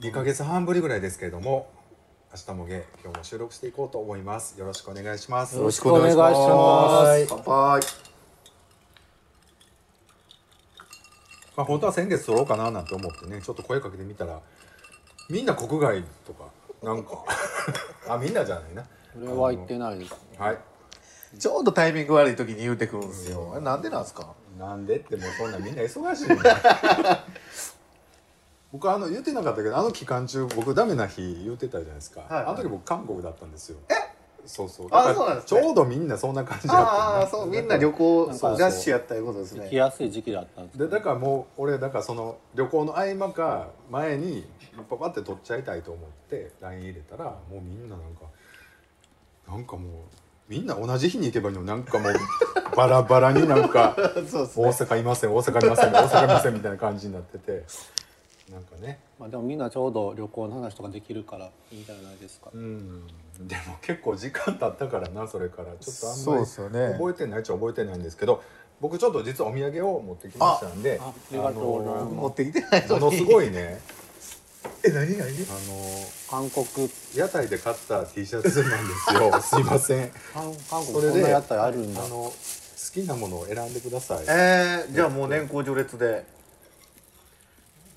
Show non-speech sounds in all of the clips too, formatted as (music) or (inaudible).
2ヶ月半ぶりぐらいですけれども明日もゲ今日も収録していこうと思いますよろしくお願いしますよろしくお願いします乾杯まあ本当は先月撮ろうかななんて思ってねちょっと声かけてみたらみんな国外とかなんか (laughs) あみんなじゃないなこれは言ってないですねはいちょうどタイミング悪い時に言うてくるんですよあれなんでなんですかなんでってもうそんなみんな忙しいの (laughs) 僕あの言ってなかったけどあの期間中僕ダメな日言ってたじゃないですか、はいあの時僕韓国だったんですよそうそうだあからそうなんですねちょうどみんなそんな感じだったああそうみんな旅行ラそうそうッシュやったいうことです行ねきやすい時期だったんですでだからもう俺だからその旅行の合間か前にパパって撮っちゃいたいと思って LINE 入れたらもうみんななんかなんかもうみんな同じ日に行けばいいのになんかもう (laughs) バラバラになんかそうです大ね阪いません大阪いません大阪いませんみたいな感じになっててなんかねまあでもみんなちょうど旅行の話とかできるからいいじゃないですかうんでも結構時間経ったからなそれからちょっとあんそうまりですよね覚えてないっちゃ覚えてないんですけど僕ちょっと実はお土産を持ってきましたんであありがとうございますあの持ってきてないものすいごいねえ何あ何の韓国屋台で買った T シャツなんですよすいません韓韓そ国れそんなで屋台あるんだあの好きなものを選んでくださいえー、じゃあもう年功序列で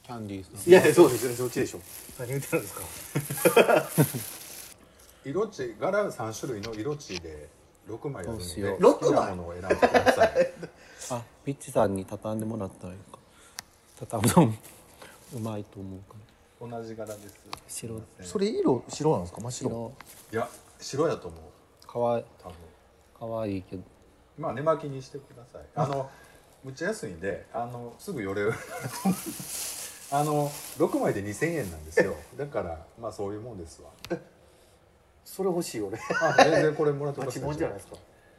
キャンディーさんいやいやそうですよねそっちでしょ何言ってるんですか色地柄三種類の色地で六枚あるのでどうしよう好きなものを選んでくださいあピッチさんに畳んでもらったらいいか畳むのうまいと思うから (laughs) 同じ柄です白それ色白なんですか真っ白白いや白やと思うかわい多分かわいいけどまあ寝巻きにしてくださいあのむっちゃ安いんであのすぐ寄れるあの六枚で二千円なんですよだからまあそういうもんですわそれ欲しい俺あ全然これもらってくださ八い本じゃないですか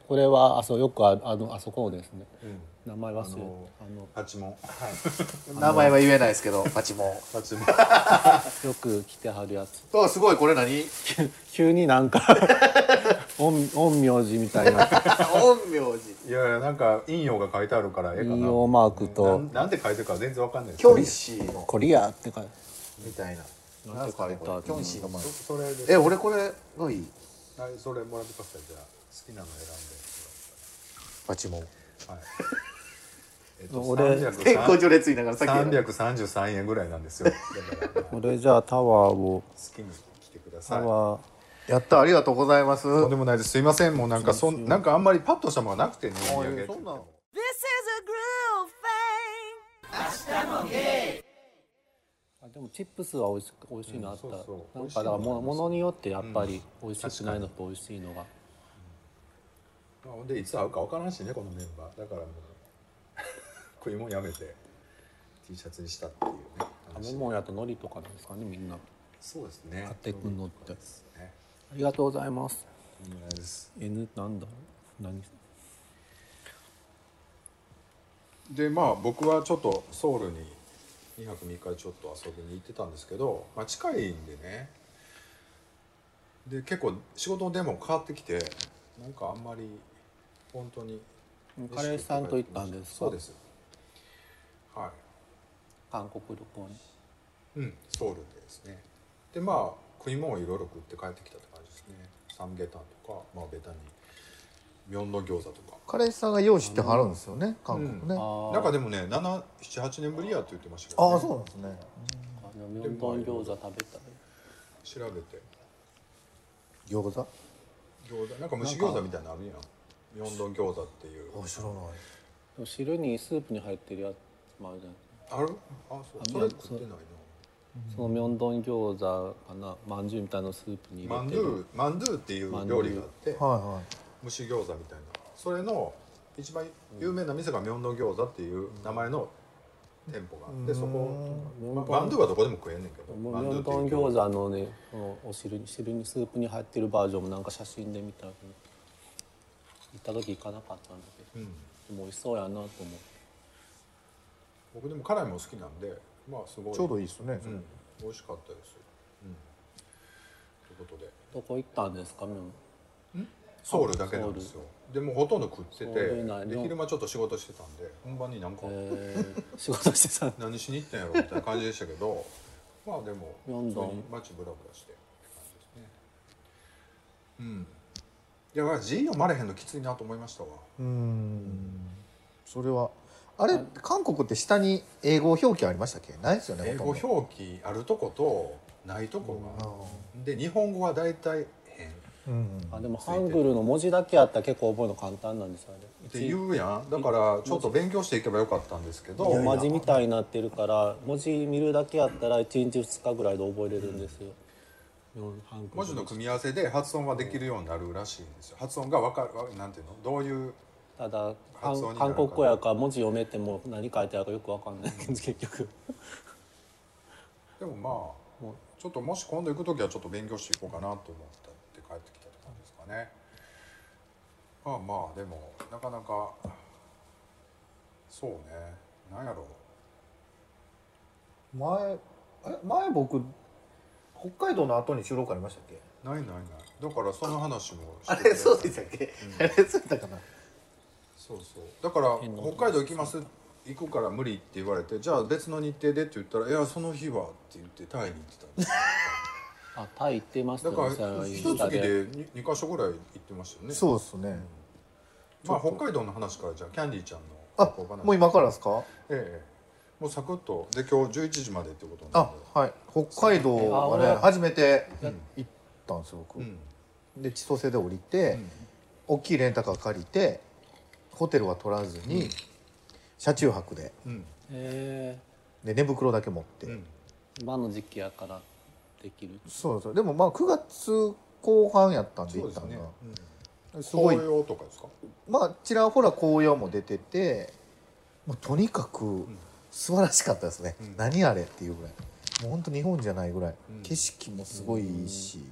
これはあそうよくあるあのあそこのですねうん名前忘れたあのあの八問 (laughs) 名前は言えないですけ (laughs) どパチモン (laughs) 八問よく着てはるやつあすごいこれ (laughs) 何急になんか (laughs) 陰陰陽師みた (laughs) いな陰陽師いやいやなんか陰陽が書いてあるから絵かな陰陽マークとなんなんて書いてるか全然わかんないですキョンシーの「コリア」って書いてみたいななんてなんですかね書いてあるこれキョンシーの前そそれでえ俺これがいいはいそれもらってくださいじゃあ好きなの選んでパチモンはいえっと俺結構333序列いながらさっきの333円ぐらいなんですよだから好これじゃあタワーをきに来てくだタさいワーやったありがとうございますとんでもないですすいませんもうなんかそんなんかあんまりパッとしたものがなくてねお土産って言ってそんなも This is a groove thing. あでもチップスは美味しく美味しいのあった、うんそうそうなんかだからもものによってやっぱり美味し確くかなにいのと美味しいのが、まあほんでいつ会うかわからんしねこのメンバーだからもう食い物やめて T シャツにしたっていうね食べ物やと海苔とかなんですかねみんなそうですね買ってくんのってあねりがとうございますとんでもないです。 N なんだろう何でまあ僕はちょっとソウルに2泊3日ちょっと遊びに行ってたんですけど、まあ、近いんでねで結構仕事の電話も変わってきてなんかあんまり本当に彼氏さんと行ったんですかそうですは韓国旅行にい、うん、ソウルでですねでまあ食い物をいろいろ食って帰ってきたって感じですねサムゲタンとかまあベタにミョンド餃子とか彼氏さんが容姿ってはるんですよね韓国あね、あーなんかでもね778年ぶりやって言ってましたけど、ね、あそうなんですねあの明洞餃子食べたい調べて餃子餃子なんか蒸し餃子みたいなのあるやんミョンドン餃子っていうあ知らないでも汁にスープに入ってるやつもあるじゃないあるあそうそれ食ってないその明洞餃子かなまんじゅうみたいなのスープになマン入れドてるゥマンドゥっていう料理があってはいはい蒸し餃子みたいなそれの一番有名な店がミョンドン餃子っていう名前の店舗があってそこまマンドゥはどこでも食えんねんけどもマうンドゥ明ってい洞う餃子のねそのお汁に汁にスープに入ってるバージョンもなんか写真で見たけど行った時行かなかったんだけうんどでも美味しそうやなと思って僕でも辛いもん好きなんでまあすごいちょうどいいですね、うん美味しかったですうんということでどこ行ったんですかみんなソウルだけなんですよでもうほとんど食ってソウてル内ので昼間ちょっと仕事してたんで本番になんかえー仕事してたんだ (laughs) 何しに行ったんやろみたいな感じでしたけどまあでもロンドン普通に街ブラブラしてって感じですねうんいやまあ G 読まれへんのきついなと思いましたわうんそれはあれ韓国って下に英語表記ありましたっけないですよね英語ほとんど表記あるとことないとこが、で日本語は大体変っうんあでもハングルの文字だけあったら結構覚えるの簡単なんですよねて言うやんだからちょっと勉強していけばよかったんですけどローマ字みたいになってるから文字見るだけやったら1日2日ぐらいで覚えれるんですよ、うんハングル文字の組み合わせで発音はできるようになるらしいんですよ発音がわかるわなんていうのどういうただ発音韓になる韓国語やから文字読めても何書いてあるかよくわかんないんです結局でもまあちょっともし今度行く時はちょっと勉強していこうかなと思ったって帰ってきたって感じですかねまあまあでもなかなかそうねなんやろ前え前僕北海道の後に収録ありましたっけうないないないだからその話もしてあくれれたそうでしたっけ、あれそうだったかなそうそうだから北海道行きます行くから無理って言われてじゃあ別の日程でって言ったら「いやその日は」って言ってタイに行ってたんですあタイ行ってましだたねからそれはイン一スタ月でに二箇所ぐらい行ってましたよねそうですねまあ北海道の話からじゃあキャンディーちゃんのあ旅行話もう今からですかええもうサクッとで今日11時までってことなんあではい北海道はあね俺初めて行ったんですよ僕、うんで千歳で降りて、大きいレンタカー借りてホテルは取らずに、車中泊でうんへで寝袋だけ持って、うんー今の時期やからできるそうそうでもまあ9月後半やったんでそう行っでたすのね、がうん、すごい紅葉とかですかまあちらほら紅葉も出ててもうとにかく素晴らしかったですね、ん何あれっていうぐらいもうほんと日本じゃないぐらい、ん景色もすごいいいし、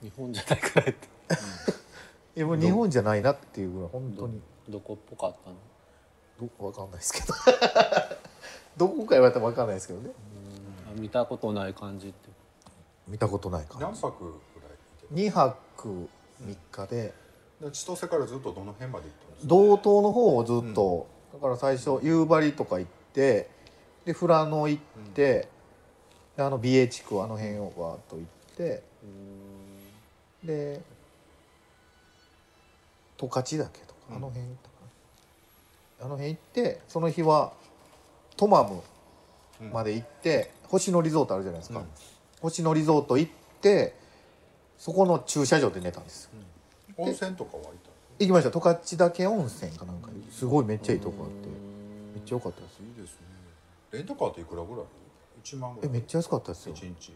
日本じゃないくらいってえもう日本じゃないなっていうぐらい本当にどこっぽかったのどこかわかんないですけど (laughs) どこか言われたらわかんないですけどねあ見たことない感じって見たことないか何泊ぐらい行って2泊3日でで千歳からずっとどの辺まで行ったんですか道東の方をずっと、だから最初夕張とか行ってで富良野行って、であの美瑛地区あの辺をわーっと行ってで十勝岳とかあの辺とか、あの辺行ってその日はトマムまで行って、星野リゾートあるじゃないですか、うん星野リゾート行ってそこの駐車場で寝たんですよ温泉とかは行ったんですか行きました十勝岳温泉かなんかすごいめっちゃいいとこあってめっちゃ良かったですいいですねレンタカーっていくらぐらい1万ぐらえいめっちゃ安かったですよ1日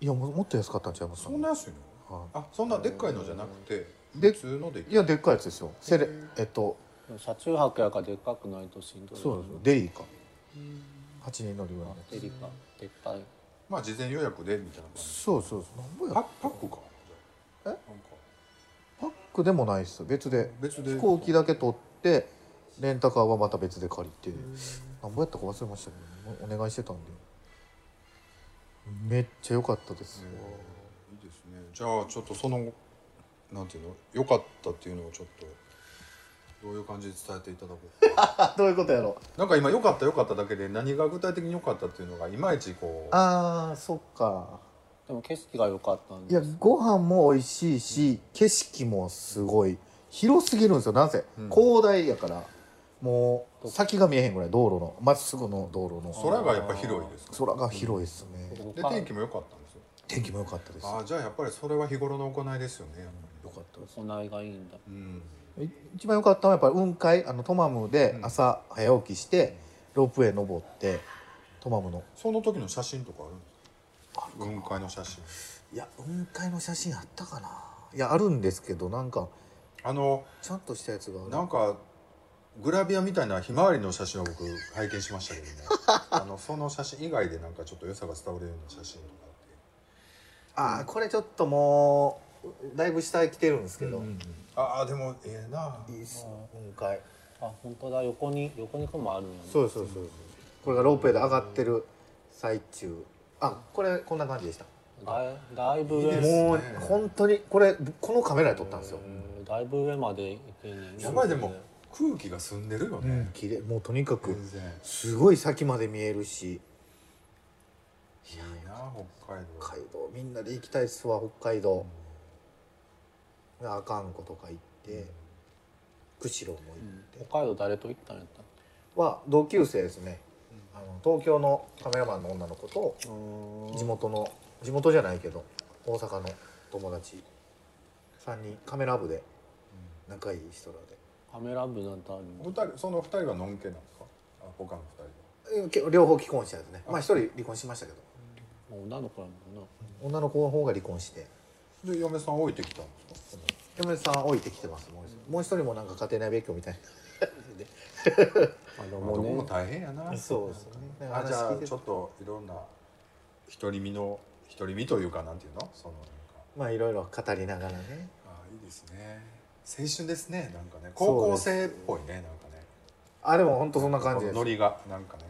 いやももっと安かったんちゃいますそんな安いの、はいあそんなでっかいのじゃなくてで普通のでいやでっかいやつですよセレえっと車中泊やからでっかくないとしんどいそうですよデリーか8人乗りぐらいのやデリカでっかいまあ事前予約でみたいな感つじそうそうそうなんぼやパパックかえなんかパックでもないですよ別で別で飛行機だけ取ってレンタカーはまた別で借りてなんぼやったか忘れましたけどおお願いしてたんでめっちゃ良かったですよいいですねじゃあちょっとそのなんていうの良かったっていうのをちょっとどういう感じで伝えていただこうかあどういうことやろうなんか今良かった良かっただけで何が具体的に良かったっていうのがいまいちこうあーそっかでも景色が良かったんいでやご飯も美味しいし景色もすごい広すぎるんですよなぜ、広大やからもう先が見えへんぐらい道路のまっすぐの道路の空がやっぱ広いですか空が広いですねで僕天気も良かったんですよ天気も良かったですああじゃあやっぱりそれは日頃の行いですよねやっぱり良かったです行いがいいんだうんい一番良かったのはやっぱり雲海あのトマムで朝早起きしてロープウェイ登ってトマムのその時の写真とかあるんですか雲海の写真いや雲海の写真あったかないやあるんですけどなんかあのちゃんとしたやつがあるなんかグラビアみたいなひまわりの写真を僕拝見しま (laughs) したけどねあのその写真以外でなんかちょっと良さが伝わるような写真とかっああこれちょっともうだいぶ下来てるんですけど、て、ああでもええなあいいっすね雲海あ本当だ横に横に雲あるんやねそうそうそうそうこれがロープウェイで上がってる最中あこれこんな感じでしただいだいぶ上もう本当にこれこのカメラで撮ったんですようんだいぶ上まで行けんねんやばいでも空気が澄んでるよね、綺麗もうとにかく全然すごい先まで見えるしいいな北海道北海道みんなで行きたいっすわ北海道、阿寒湖とか行って釧路も行って、北海道誰と行ったんやったっは同級生ですね、あの東京のカメラマンの女の子とけうーん地元の地元じゃないけど大阪の友達3人カメラ部で仲いい人らカメラ部なんてあるお二人その二人はのんけなんですかあ他の二人はでえけ両方既婚者ですねまあ1人離婚しましたけどもう女の子やもんな女の子の方が離婚してで嫁さん置いてきたんですか嫁さん置いてきてますもう一人もう一人もなんか家庭内別居みたいまあでまあどもこねも大変やななそうですねあじゃあ話聞いてちょっといろんな独り身の独り身というかなんていうのそのなんかまあいろいろ語りながらねあいいですね青春ですねなんかね高校生っぽいねなんかねあでも本当そんな感じですこのノリがなんかね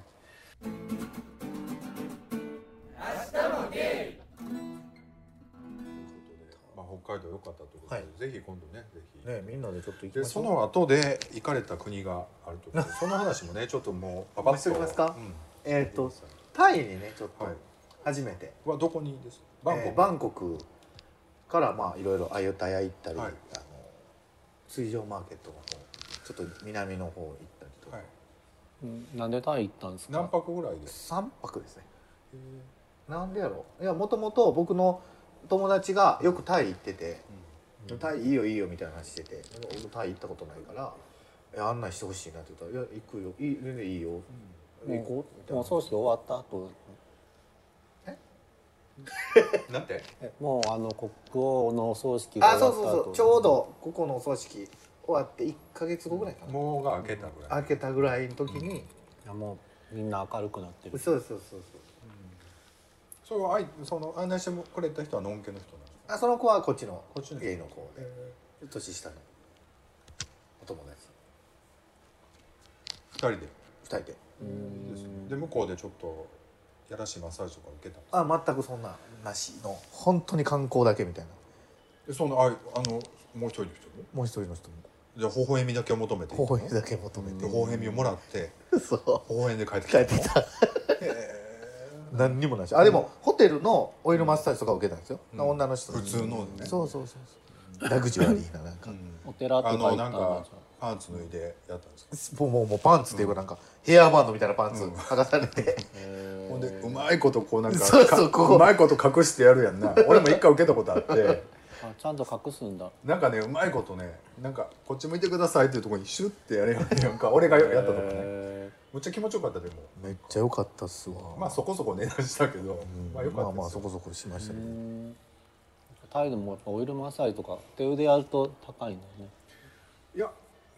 明日もゲイまあ北海道良かったということで、はいぜひ今度ねぜひねみんなでちょっと行きでましょそうの後で行かれた国があるということでその話もねちょっともうパパッ (laughs) もう一と人いますかうんえっ、とタイにねちょっとはい初めて、はどこにですかバンコク、えーバンコクからまあいろいろアユタヤ行ったり、はいあの水上マーケットの方ちょっと南の方行ったりとか、はいうんなんでタイ行ったんです何か泊ぐらい (laughs) です3泊ですねなんでやろういやもともと僕の友達がよくタイ行ってて、うんタイいいよいいよみたいな話してて俺もタイ行ったことないからいや案内してほしいなって言ったら「いや行くよいい全然いいよ、も行こう」みうたいもなうそろそろ終わった後なんてもうあの国王のお葬式あが終そわっうたそ後うそうちょうどここのお葬式終わって1か月後ぐらいかな、もうが開けたぐらい開けたぐらいの時に、いやもうみんな明るくなってるそうそうそうそうそれはあいその案内してくれた人はのんけの人なんですかあその子はこっちのこっちの芸の子で年下のお友達二人で2人でいいですねで向こうでちょっとやらしいマッサージとか受けたんですかあ全くそんななしの本当に観光だけみたいなでそのあいあのもう一人の人ももう一人の人もじゃあ微笑みだけを求めて微笑みだけ求めで微笑みをもらってて (laughs) そ微笑んで帰ってうき帰たってきた何にもなしあでもホテルのオイルマッサージとか受けたんですよ、うん女の人普通のねそうそうそうそうラグジュアリーななんか、お寺とかあ行のったなんんだかパンツ脱いでやったんですかもうもうもうパンツっていうかなんか、ヘアバンドみたいなパンツ剥がされて、ほんでうまいことこうなんかそうそうかこうまいこと隠してやるやんな俺も一回受けたことあってあちゃんと隠すんだなんかねうまいことねなんかこっち向いてくださいっていうところにシュッてやるやんなんか俺がやったとこねへむっちゃ気持ちよかったでもめっちゃ良かったっすわまあそこそこ値段したけど、まあよかったまであすよ、まあそこそこしましたけど、ーうんタイでもやっぱオイルマッサージとか手腕やると高いんだよねいや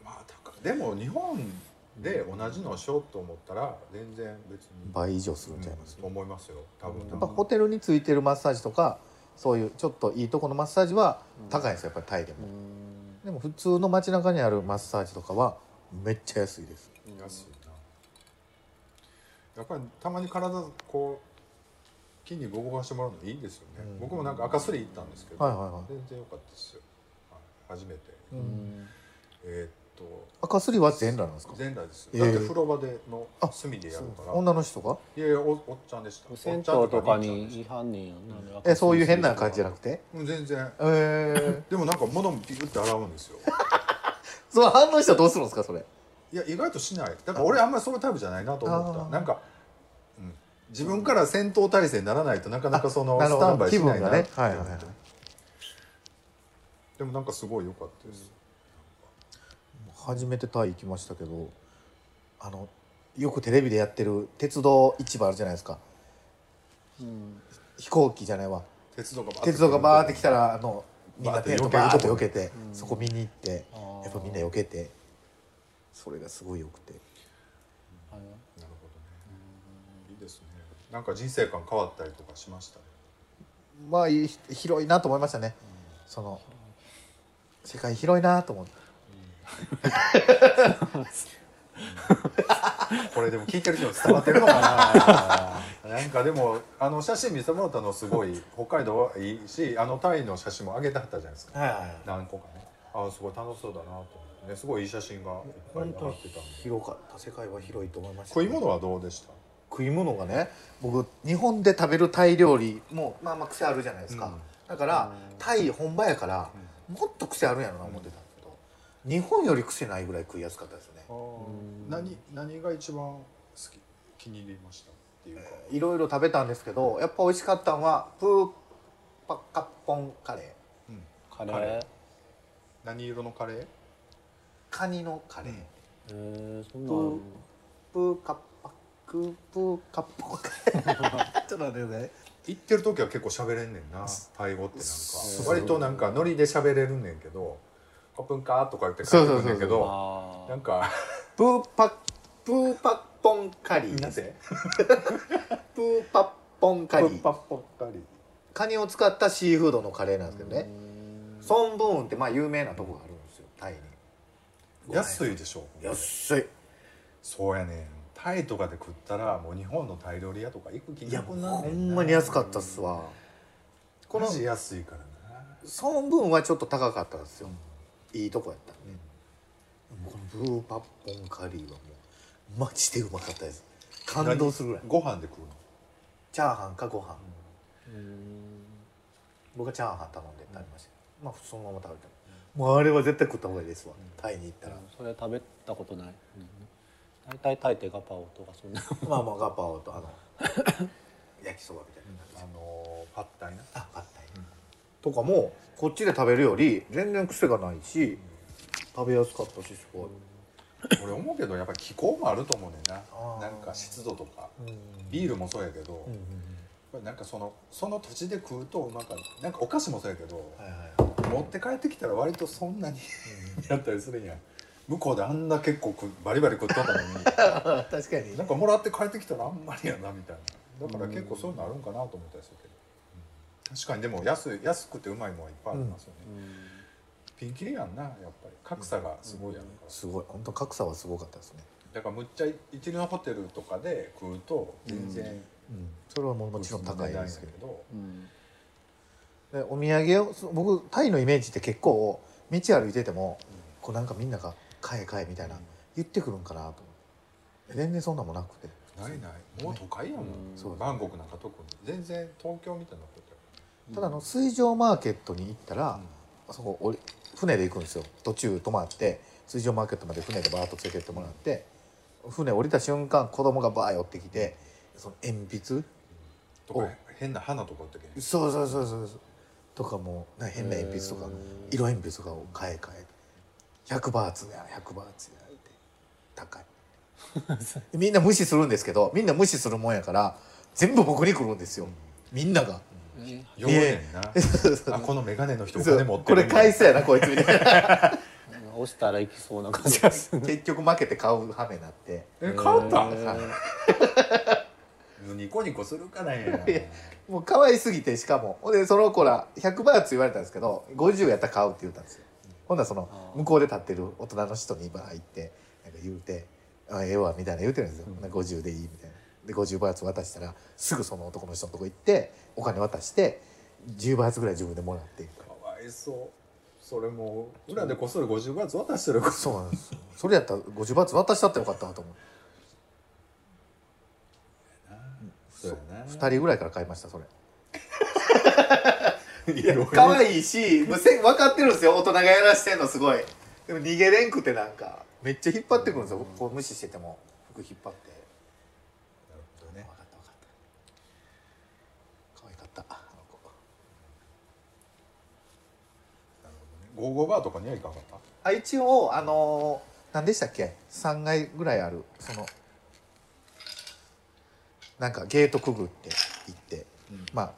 まあ高いでも日本で同じのをしようと思ったら全然別に倍以上するんちゃいます、うんと思いますよ多分やっぱホテルについてるマッサージとかそういうちょっといいとこのマッサージは高いんですよやっぱりタイでも、でも普通の街中にあるマッサージとかはめっちゃ安いです安いなやっぱりたまに体こう筋肉動かしてもらうのいいですよね、僕もなんか赤すり行ったんですけど、はいはいはい全然良かったですよ、はい、初めて、うんえーっと赤すりは全裸なんですか前代ですよ、えーだって風呂場での炭でやるから女の人がいやいやおおっちゃんでした銭おっ湯ちゃんとおか兄ちゃんでにし違反人やんなあれえそういう変な感じじゃなくてたうん全然えー、でもなんか物もピュって洗うんですよその反応したらどうするんですかそれいや意外としないだから俺あんまりそういうタイプじゃないなと思っあたーなんか、うん、自分から戦闘態勢にならないとなかなかそのあなるスほどタンバイしないなって気分がねはいはいはいでもなんかすごい良かったです、初めてタイ行きましたけどあのよくテレビでやってる鉄道市場あるじゃないですかうん飛行機じゃないわ鉄道がバーって鉄道がバーって来たらあのみんなバーってテント避けるバーっととこね避けてそこ見に行ってあーやっぱみんな避けてそれがすごい良くてあれなるほどねいいですねなんか人生観変わったりとかしましたねまあいい広いなと思いましたねその世界広いなと思ってこれでも聞いてる人に伝わってるのかな (laughs) なんかでもあの写真見せてもらったのすごい北海道はいいしあのタイの写真も上げてはったじゃないですかはいはい何個かねあすごい楽しそうだなと思ってねすごいいい写真がいっぱい上がってたんで広かった世界は広いと思いました食い物はどうでした食い物がね僕日本で食べるタイ料理もまあまあ癖あるじゃないですか、うんだからタイ本場やからもっと癖あるんやろな思ってたんですけど日本より癖ないぐらい食いやすかったですね何何が一番好き気に入りましたっていうか、いろいろ食べたんですけどやっぱ美味しかったのはプーパッカッポンカレーうんカレカレーー何色のカレーカニのカレうー、んえー、そんなんあるのプーカッパックプーカッポンカレー (laughs) ちょっと待ってください行ってる時は結構喋れんねんなタイ語ってなんかそう割となんかノリで喋れるねんけど「カプンカー」とか言ってそ帰うってくそうそうるねんけどあなんかプーパップーパッポンカリーなぜプーパッポンカリーッポッカリカニを使ったシーフードのカレーなんですけどねソンブーンってまあ有名なとこがあるんですよタイに安いでしょ安いそうやねんタイとかで食ったらもう日本のタイ料理屋とか行く気いやなほくんなんねんなまに安かったっすわここののマジ安いからなソンブーンはちょっと高かったんですよいいとこやったんでこのブーパッポンカリーはもうマジでうまかったです感動するぐらいご飯で食うのチャーハンかご飯僕はチャーハン頼んで食べました、まあそのまま食べてももうあれは絶対食った方がいいですわ、タイに行ったら、それ食べたことない、うん、大体タイってガパオとかそんなまあまあガパオとあ (laughs) の焼きそばみたいな感じであのーパッタイなああったりとかもこっちで食べるより全然癖がないし食べやすかったしすごい、俺思うけどやっぱ気候もあると思うねんなあーなんか湿度とかうんビールもそうやけど、やっぱりなんかそのその土地で食うとうまかったなんかお菓子もそうやけど、はいはい持って帰ってきたら割とそんなにやったりするんや向こうであんな結構食うバリバリ食っとったのに (laughs) 確かになんかもらって帰ってきたらあんまりやなみたいなだから結構そういうのあるんかなと思ったりするけど、確かにでも安い安くてうまいもんはいっぱいありますよね、ピンキリやんなやっぱり格差がすごいやんか、すごい本当格差はすごかったですね、だからむっちゃ一流のホテルとかで食うと全然それはもうもちろん高いですけどどうんでお土産をそ僕タイのイメージって結構道歩いてても、こうなんかみんなが「買え買え」みたいな、言ってくるんかなと思って全然そんなもなくてないないもう都会やもん、うんそうバンコクなんか特に全然東京みたいなことやただあの水上マーケットに行ったらん、そこ俺船で行くんですよ途中泊まって水上マーケットまで船でバーッと連れてってもらって船降りた瞬間子供がバー寄ってきてその鉛筆とか変な花とか売ってけんそうそうそうそうそうとかもうなんか変な鉛筆とかへー色鉛筆とかを買え買え100バーツや100バーツやって (laughs) 高いみんな無視するんですけどみんな無視するもんやから全部僕に来るんですよ、みんなが、ようねんな (laughs) (laughs) あこの眼鏡の人お金持ってこるれ返せやなこいつみたいな (laughs) 押したらいきそうな感じがする結局負けて買う羽目になってえ変わったえーニコニコするからやいやもう可愛すぎてしかもほんでその子ら100バーツ言われたんですけど50やったら買うって言ったんですよほんならそのあー向こうで立ってる大人の人にバー行ってなんか言うて「あええわ」みたいな言うてるんですよ、ほんなら50でいいみたいなで50バーツ渡したらすぐその男の人のとこ行ってお金渡して10バーツぐらい自分でもらってかわいそうそれもう裏でこっそり50バーツ渡してるそうなんですよそれやったら50バーツ渡したってよかったなと思うそうやな2人ぐらいから買いましたそれ人いや (laughs) 可愛いし無線分かってるんですよ大人がやらしてんのすごいでも逃げれんくてなんかめっちゃ引っ張ってくるんですよこう無視してても服引っ張って分かった分かった可愛かったあの子55バーとかにはいかんかったあ一応あのー何でしたっけ3階ぐらいあるそのなんかゲートくぐって行って、まあ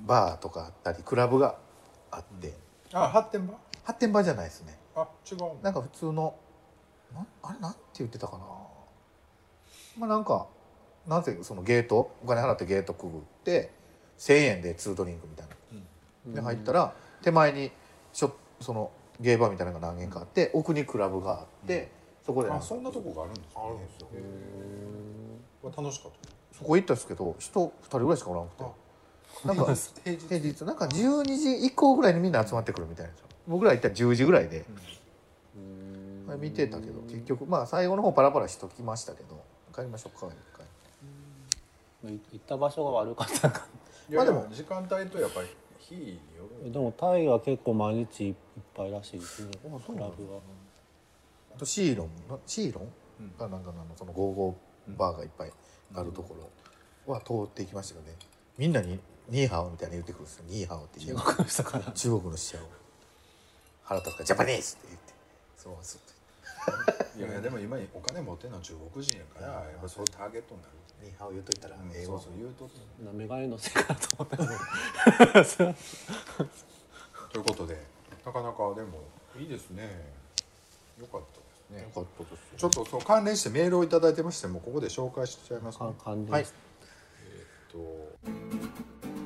バーとかあったりクラブがあって、あ発展場発展場じゃないですねあ違うのなんか普通のなんあれなんて言ってたかなまあなんかなぜそのゲートお金払ってゲートくぐって1,000円で2ドリンクみたいな、で入ったら手前にショップそのゲーバーみたいなのが何軒かあって奥にクラブがあって、そこでなんあかそんなとこがあるんですあるんですよへえ楽しかっそこ行ったんですけど人2人ぐらいしかおらなくてな (laughs) んかた平日平日なんか12時以降ぐらいにみんな集まってくるみたいなんですよ僕ら行ったら10時ぐらいで、まあ見てたけど結局まあ最後の方パラパラしときましたけど帰りましょうか帰りい行った場所が悪かったかいやいやまあでも時間帯とやっぱり日によるらでもタイは結構毎日いっぱいらしいですねあそうなんだクラブはあとシーロンシーロンうんがなんかあのそのゴーゴーバーがいっぱいあるところは通っていきましたよねみんなに「ニーハオ」みたいなの言ってくるんですよ「ニーハオ」って言う中国の人から中国の使者を腹立つから「ジャパニーズ」って言ってそうすっといやいやでも今お金持ってんのは中国人やからやっぱそういうターゲットになる「ニーハオ」言うといたら英そ語うそう言うとってなメガネのせいかなと思ったけどということでなかなかでもいいですねよかったですよねかったですよちょっとそう関連してメールをいただいてましてもうここで紹介しちゃいますねか関連はいえっと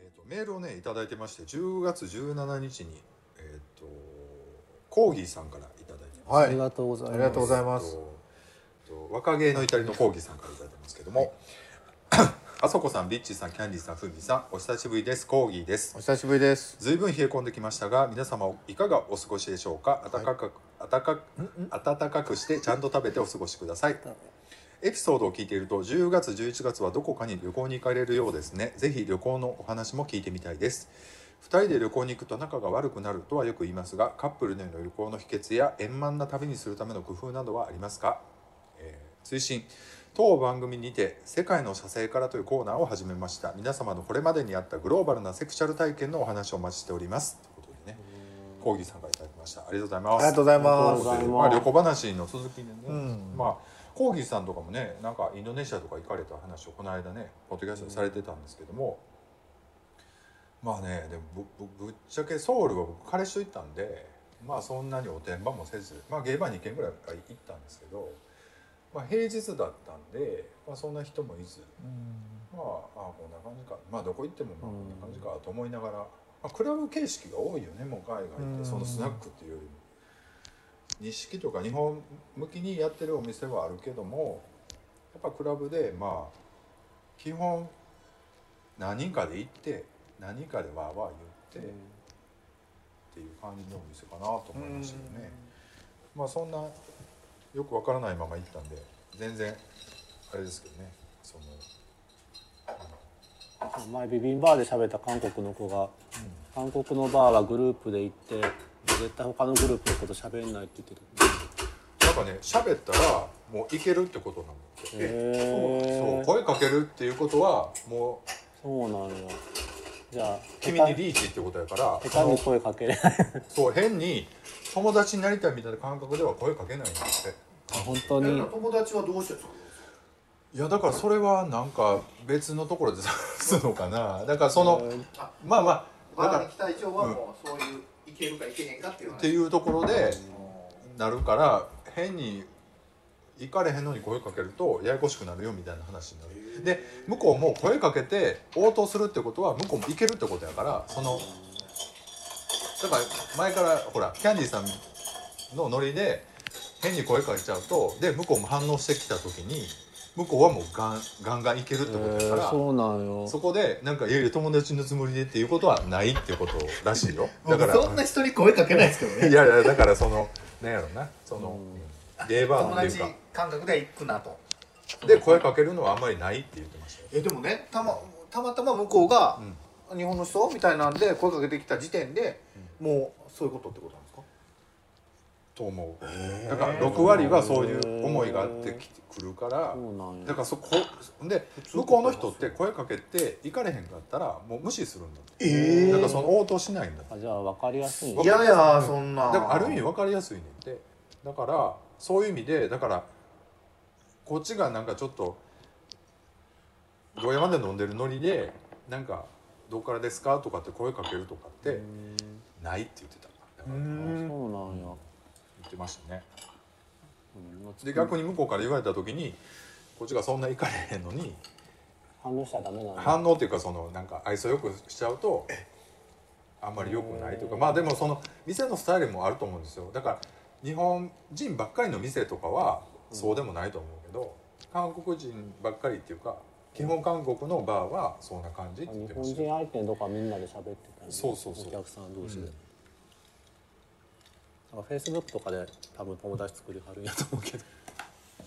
えっとメールをね頂いただいてまして10月17日にえっ、とコーギーさんから頂いただいてますはあいりがとうございますありがとうございますえっと若芸の至りの講義さんからいただいてますけども、 (coughs) あそこさん、ビッチーさん、キャンディーさん、ふみさん、お久しぶりです。講義ですお。久しぶりですずいぶん冷え込んできましたが、皆様いかがお過ごしでしょうか。暖かく、暖かく、暖かくしてちゃんと食べてお過ごしください。エピソードを聞いていると10月11月はどこかに旅行に行かれるようですねぜひ旅行のお話も聞いてみたいです2人で旅行に行くと仲が悪くなるとはよく言いますがカップルでの旅行の秘訣や円満な旅にするための工夫などはありますか、えー追伸当番組にて「世界の写生から」というコーナーを始めました皆様のこれまでにあったグローバルなセクシャル体験のお話をお待ちしておりますということでねコーギーさんからいただきましたありがとうございますありがとうございありがとうごますざいますまあ、旅行話の続きでね、うんまあコーギーさんとかもねなんかインドネシアとか行かれた話をこの間ねポッドキャストでされてたんですけども、まあねでもぶぶぶっちゃけソウルは僕彼氏と行ったんでまあそんなにおてんばもせず、まあ、ゲイバー2軒ぐらいは行ったんですけど、まあ、平日だったんで、まあ、そんな人もいずまああこんな感じかまあどこ行ってもまあこんな感じかと思いながら、まあ、クラブ形式が多いよねもう海外っうてんそのスナックっていうよりも錦とか日本向きにやってるお店はあるけどもやっぱクラブでまあ基本何人かで行って何人かでわーわー言ってっていう感じのお店かなと思いましたよね。まあそんなよくわからないまま行ったんで全然あれですけどねその前ビビンバーで喋った韓国の子が、韓国のバーはグループで行って絶対他のグループのこと喋んないって言ってるなんかね喋ったらもういけるってことなんですよそうへえ声かけるっていうことはもうそうなんやじゃあ君にリーチってことやから下手に声かけれないそう変に友達になりたいみたいな感覚では声かけないんですって本当に友達はどうしてるんですかいやだからそれはなんか別のところで探すのかなだからそのまあまあだバかカらにっ来た以上はもうそういういけるかいけへんかっていうて話いうところでなるから変に行かれへんのに声かけるとややこしくなるよみたいな話になるで向こうも声かけて応答するってことは向こうも行けるってことやからそのだから前からほらキャンディーさんのノリで変に声かけちゃうとで向こうも反応してきた時に向こうはもうガンガンガン行けるってことやへえから。そうなんよそこでなんかいやいや友達のつもりでっていうことはないってことらしいよだだかかららそん (laughs) な人に声かけないですけどね (laughs) いやいやだからそのなんやろなそのゲーバー友なんていう達か感覚で行くなとで声かけるのはあんまりないって言ってましたよえでもねたまたまたま向こうが「日本の人?」みたいなんで声かけてきた時点で、もうそういうことってことなんですかと思うだから6割はそういう思いがあってきてくるからそうなんやだからそこで向こうの人って声かけて行かれへんかったらもう無視するんだってえだからその応答しないんだってあじゃあ分かりやすいわねか嫌ややそんなでもある意味分かりやすいねんてだからそういう意味でだからこっちがなんかちょっとゴヤまで飲んでるノリでなんか「どっからですか?」とかって声かけるとかってないって言ってただからあ言そうなんやってましたねうんで逆に向こうから言われた時にこっちがそんな行かれへんのに反応しちゃダメなんや反応っていうかそのなんか愛想よくしちゃうとあんまり良くないというかまあでもその店のスタイルもあると思うんですよだから日本人ばっかりの店とかはそうでもないと思うけど、韓国人ばっかりっていうか基本韓国のバーはそんな感じって言って日ま本した人よ相手にどっかみんなで喋ってたりそうそうそうお客さん同士で、うんあまあ、Facebook とかで多分友達作りはるんやと思うけど、っ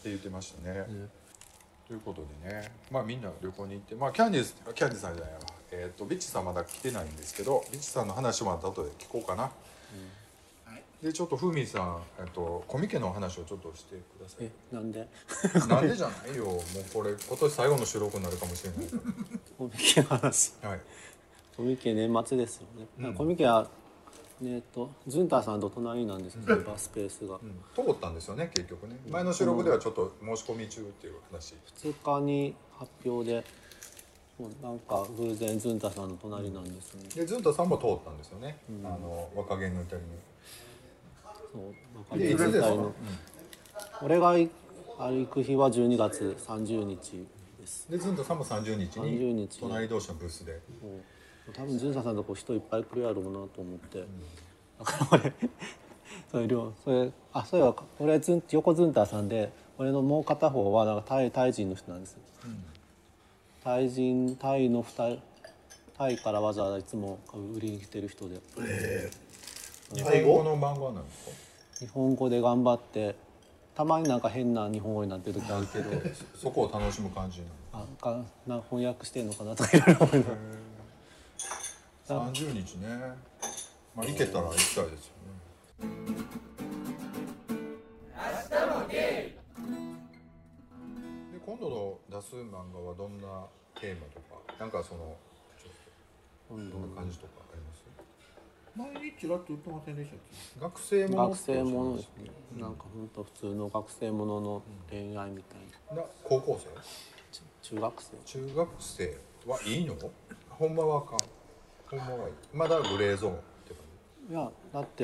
て言ってましたね、ということでねまあみんな旅行に行ってまあキャンディーズキャンディーさんじゃないわえっ、とビッチさんまだ来てないんですけどビッチさんの話も後で聞こうかな、はいでちょっとふみさん、えっとコミケの話をちょっとしてください (laughs) えなんでなんでじゃないよもうこれ今年最後の収録になるかもしれないか (laughs) コミケの話 (laughs) らはいコミケ年末ですよね、コミケはねえっとズンターさんと隣なんですけど、バースペースが、通ったんですよね結局ね前の収録ではちょっと申し込み中っていう話2日に発表でもうなんか偶然ズンタさんの隣なんですね、でずんとさんも通ったんですよね、あの若気の至りそうなんかにでいつですか、全体うのん俺が行く日は12月30日ですでずんとさんも30日に30日に隣同士のブースでもう多分潤さんのとこ人いっぱい来るやろうなと思って、だから俺それ量それあそういえば俺ズン横ズンターさんで俺のもう片方はなんかタイタイ人の人なんです、タイ人タイの2人タイからわざわざいつも売りに来てる人で日本語の漫画なんですか日本語で頑張ってたまになんか変な日本語になってる時あるけど (laughs) そこを楽しむ感じなあかな翻訳してんのかなとかいろいろ思いながらの30日ねまあ行けたら行きたいですよねで今度の出す漫画はどんなテーマとかなんかそのちょっとどんな感じとかあります前にちらっと言ってませんでしたっけ学生もの学生ものですね、なんかほんと普通の学生ものの恋愛みたいな、な高校生ち中学生中学生はいいのほんまはあかんほんまはいいまだグレーゾーンって感いやだって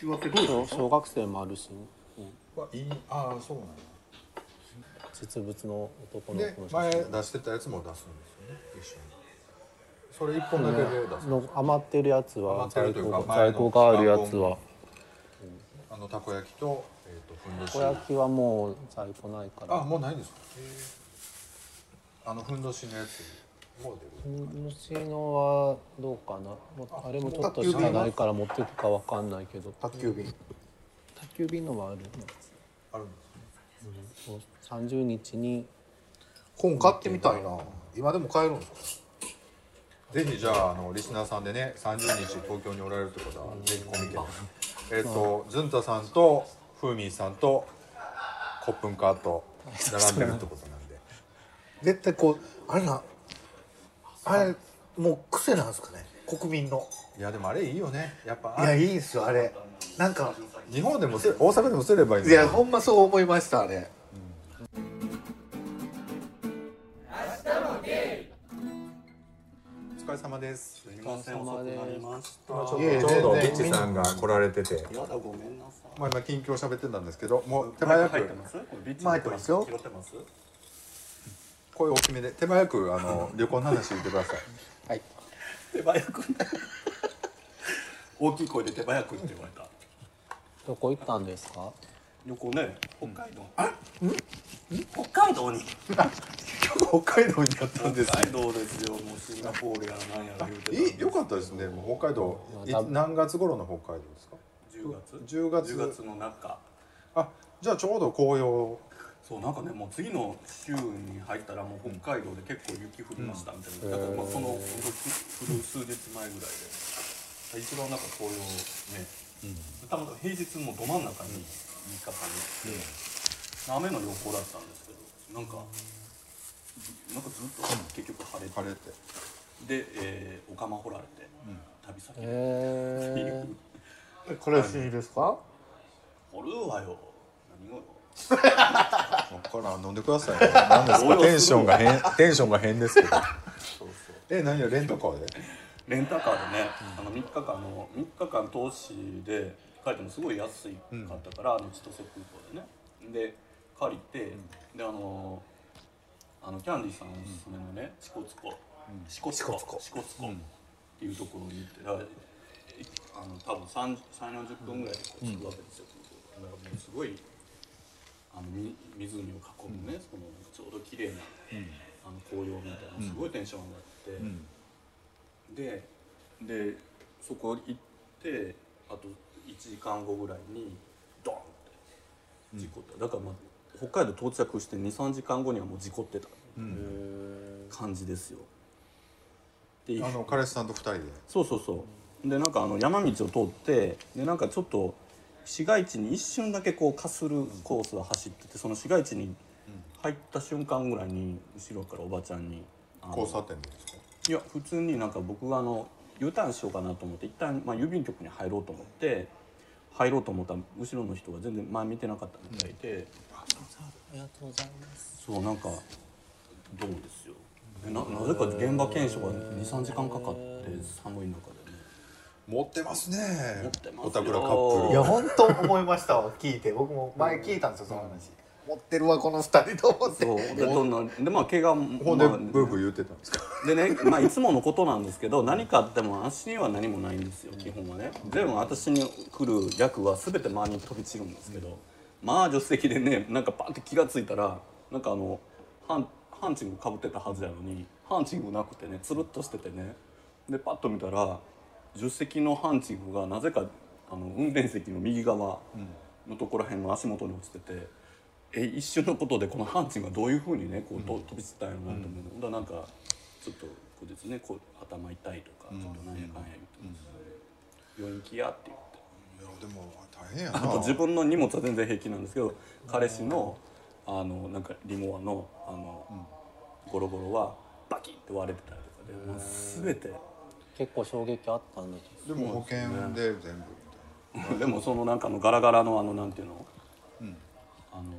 中学生どう小でしょ小学生もあるし、うんじはいいああそうなんや実物の男ので子の前写出してたやつも出すんですよね一緒にそれ一本だけで出す真の余ってるやつは余ってる在というか庫が前の在庫があるやつはあのたこ焼きと,、えー、とふんど小焼しきはもう在庫ないからあもうないんですかあのふんどしのやつもう出る虫のはどうかなもうあれもちょっとしかないから持ってくかわかんないけど宅急便宅急便のはあるあるんですねそう30日に本買ってみたいな今でも買えるんですかぜひじゃああのリスナーさんでね30日東京におられるってことはぜひコミケでえっ、とずんたさんとふーみんさんとコップンカーと並んでるってことなんで絶対こうあれなあれもう癖なんですかね国民のいやでもあれいいよねやっぱいやいいんすよあれなんか日本でもせ大阪でもすればいいのいにやほんまそう思いましたあれお疲れ様です。すみません。様で今ちょういえいえどちょうどビ全ッ然チさんが来られてて、やだごめんなさい。まあ今近況喋ってたんですけど、もう手早入っくてます？これビッチまあ入ってますよ拾ってます？声大きめで手早くあの旅行の話言ってください。はい手早く。 (laughs) 大きい声で手早くって言われた。どこ行ったんですか旅行ね、北海道。あ、ん？ん？北海道に。北海道にやったんです北。海道ですよ。もうシンガポールやらなんやら言うてたんでえ、良かったですね。もう北海道いまあ何月頃の北海道ですか。 10月。 10月10月の中。あ、じゃあちょうど紅葉。そうなんかねもう次の週に入ったらもう北海道で結構雪降りましたみたいな、だからまあその降る数日前ぐらいで一番なんか紅葉ね、たまたま平日もど真ん中に3日間に行って、雨の予報だったんですけどなんかなんかずっと結局晴れて、晴れて。で、えー、お釜掘られて、旅先にえこれしいですか掘るわよ何をよわからん飲んでください、ね。何ですか。テンションが (laughs) 変テンションが変ですけど。そうそうえ、何よレンタカーで。レンタカーでね、あの3日間の3日間投資で帰ってもすごい安いかったから、あの千歳空港でねで借りて、であのあのキャンディーさんおすすめのね、支笏湖支笏湖支笏湖っていうところに行ってだからあの多分3 3 4 0分ぐらいでこう着くわけですよ、だからもうすごいあのみ湖を囲むね、そのちょうど綺麗な、あの紅葉みたいなすごいテンション上がって。ででそこ行ってあと1時間後ぐらいにドーンって事故った、だから、まあ、北海道到着して23時間後にはもう事故ってた感じですよ。っていうあの彼氏さんと二人でそうそうそうでなんかあの山道を通ってでなんかちょっと市街地に一瞬だけこうかするコースを走っててその市街地に入った瞬間ぐらいに後ろからおばちゃんに「あの交差点でですかいや普通になんか僕があの U ターンしようかなと思って一旦まあ郵便局に入ろうと思って入ろうと思ったら後ろの人が全然前見てなかったみたいで、りがとうございます。そうなんかどうですよでななぜか現場検証が23時間かかって寒い中でね持ってますね持ってますよおたくらカッいプルや本当思いましたわ聞いて僕も前聞いたんですよその話持ってるわこの二人と思ってそうでどんなでまあ怪我もほんでまあブーブー言ってたんですかでね、まあ、いつものことなんですけど何かあっても足には何もないんですよ基本はね全部私に来る役は全て周りに飛び散るんですけど、まあ助手席でねなんかパンって気が付いたらなんかあのハンハンチングかぶってたはずやのにハンチングなくてねつるっとしててねでパッと見たら助手席のハンチングがなぜかあの運転席の右側のところらへんの足元に落ちてて。え一瞬のことでこのハンチングがどういうふうにねこうと飛び散ったんやろうなと思うの、ほんだらなんかちょっとこうですねこう頭痛いとか、ちょっとなんやかんや言って、病院行きやって言っていやでも大変やなあと自分の荷物は全然平気なんですけど彼氏のあのなんかリモアのあの、ゴロゴロはバキンって割れてたりとかで、もう全て。 (laughs) 結構衝撃あったんだけど。でも保険で全部みたいでもそのなんかあのガラガラのあのなんていうの、あの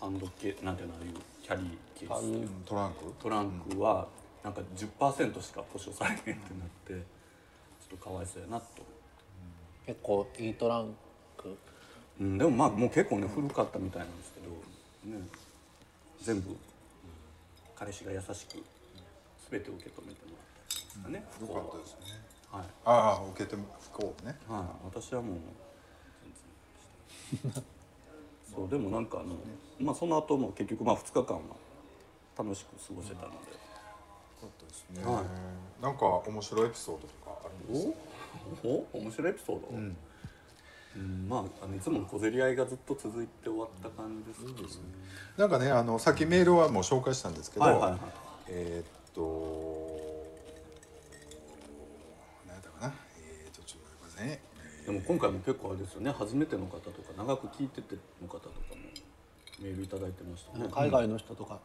ハンドケなんていうのああいうキャリーケースなうんトランクトランクはなんか10%しか保証されへんってなって、ちょっとかわいそうやなと、結構いいトランク。うん、でもまあもう結構ね古かったみたいなんですけど、ね、全部彼氏が優しく全てを受け止めてもらったんですかね、よ不幸かはったですねはい、ああ受けても不幸ねはい、私はもう全然でした (laughs) そうでもなんかあの、まあその後も結局まあ2日間は楽しく過ごせよたので、かったですねはなんか面白いエピソードとかあるんですかお面白いエピソード、うんまああのいつもの小競り合いがずっと続いて終わった感じですけどね、なんかねあのさっきメールはもう紹介したんですけど、はいはいはいえーっと何やったかなえーっとちょっと待ってくださいねでも今回も結構あれですよね初めての方とか長く聞いてての方とかもメールいただいてましたね海外の人とか。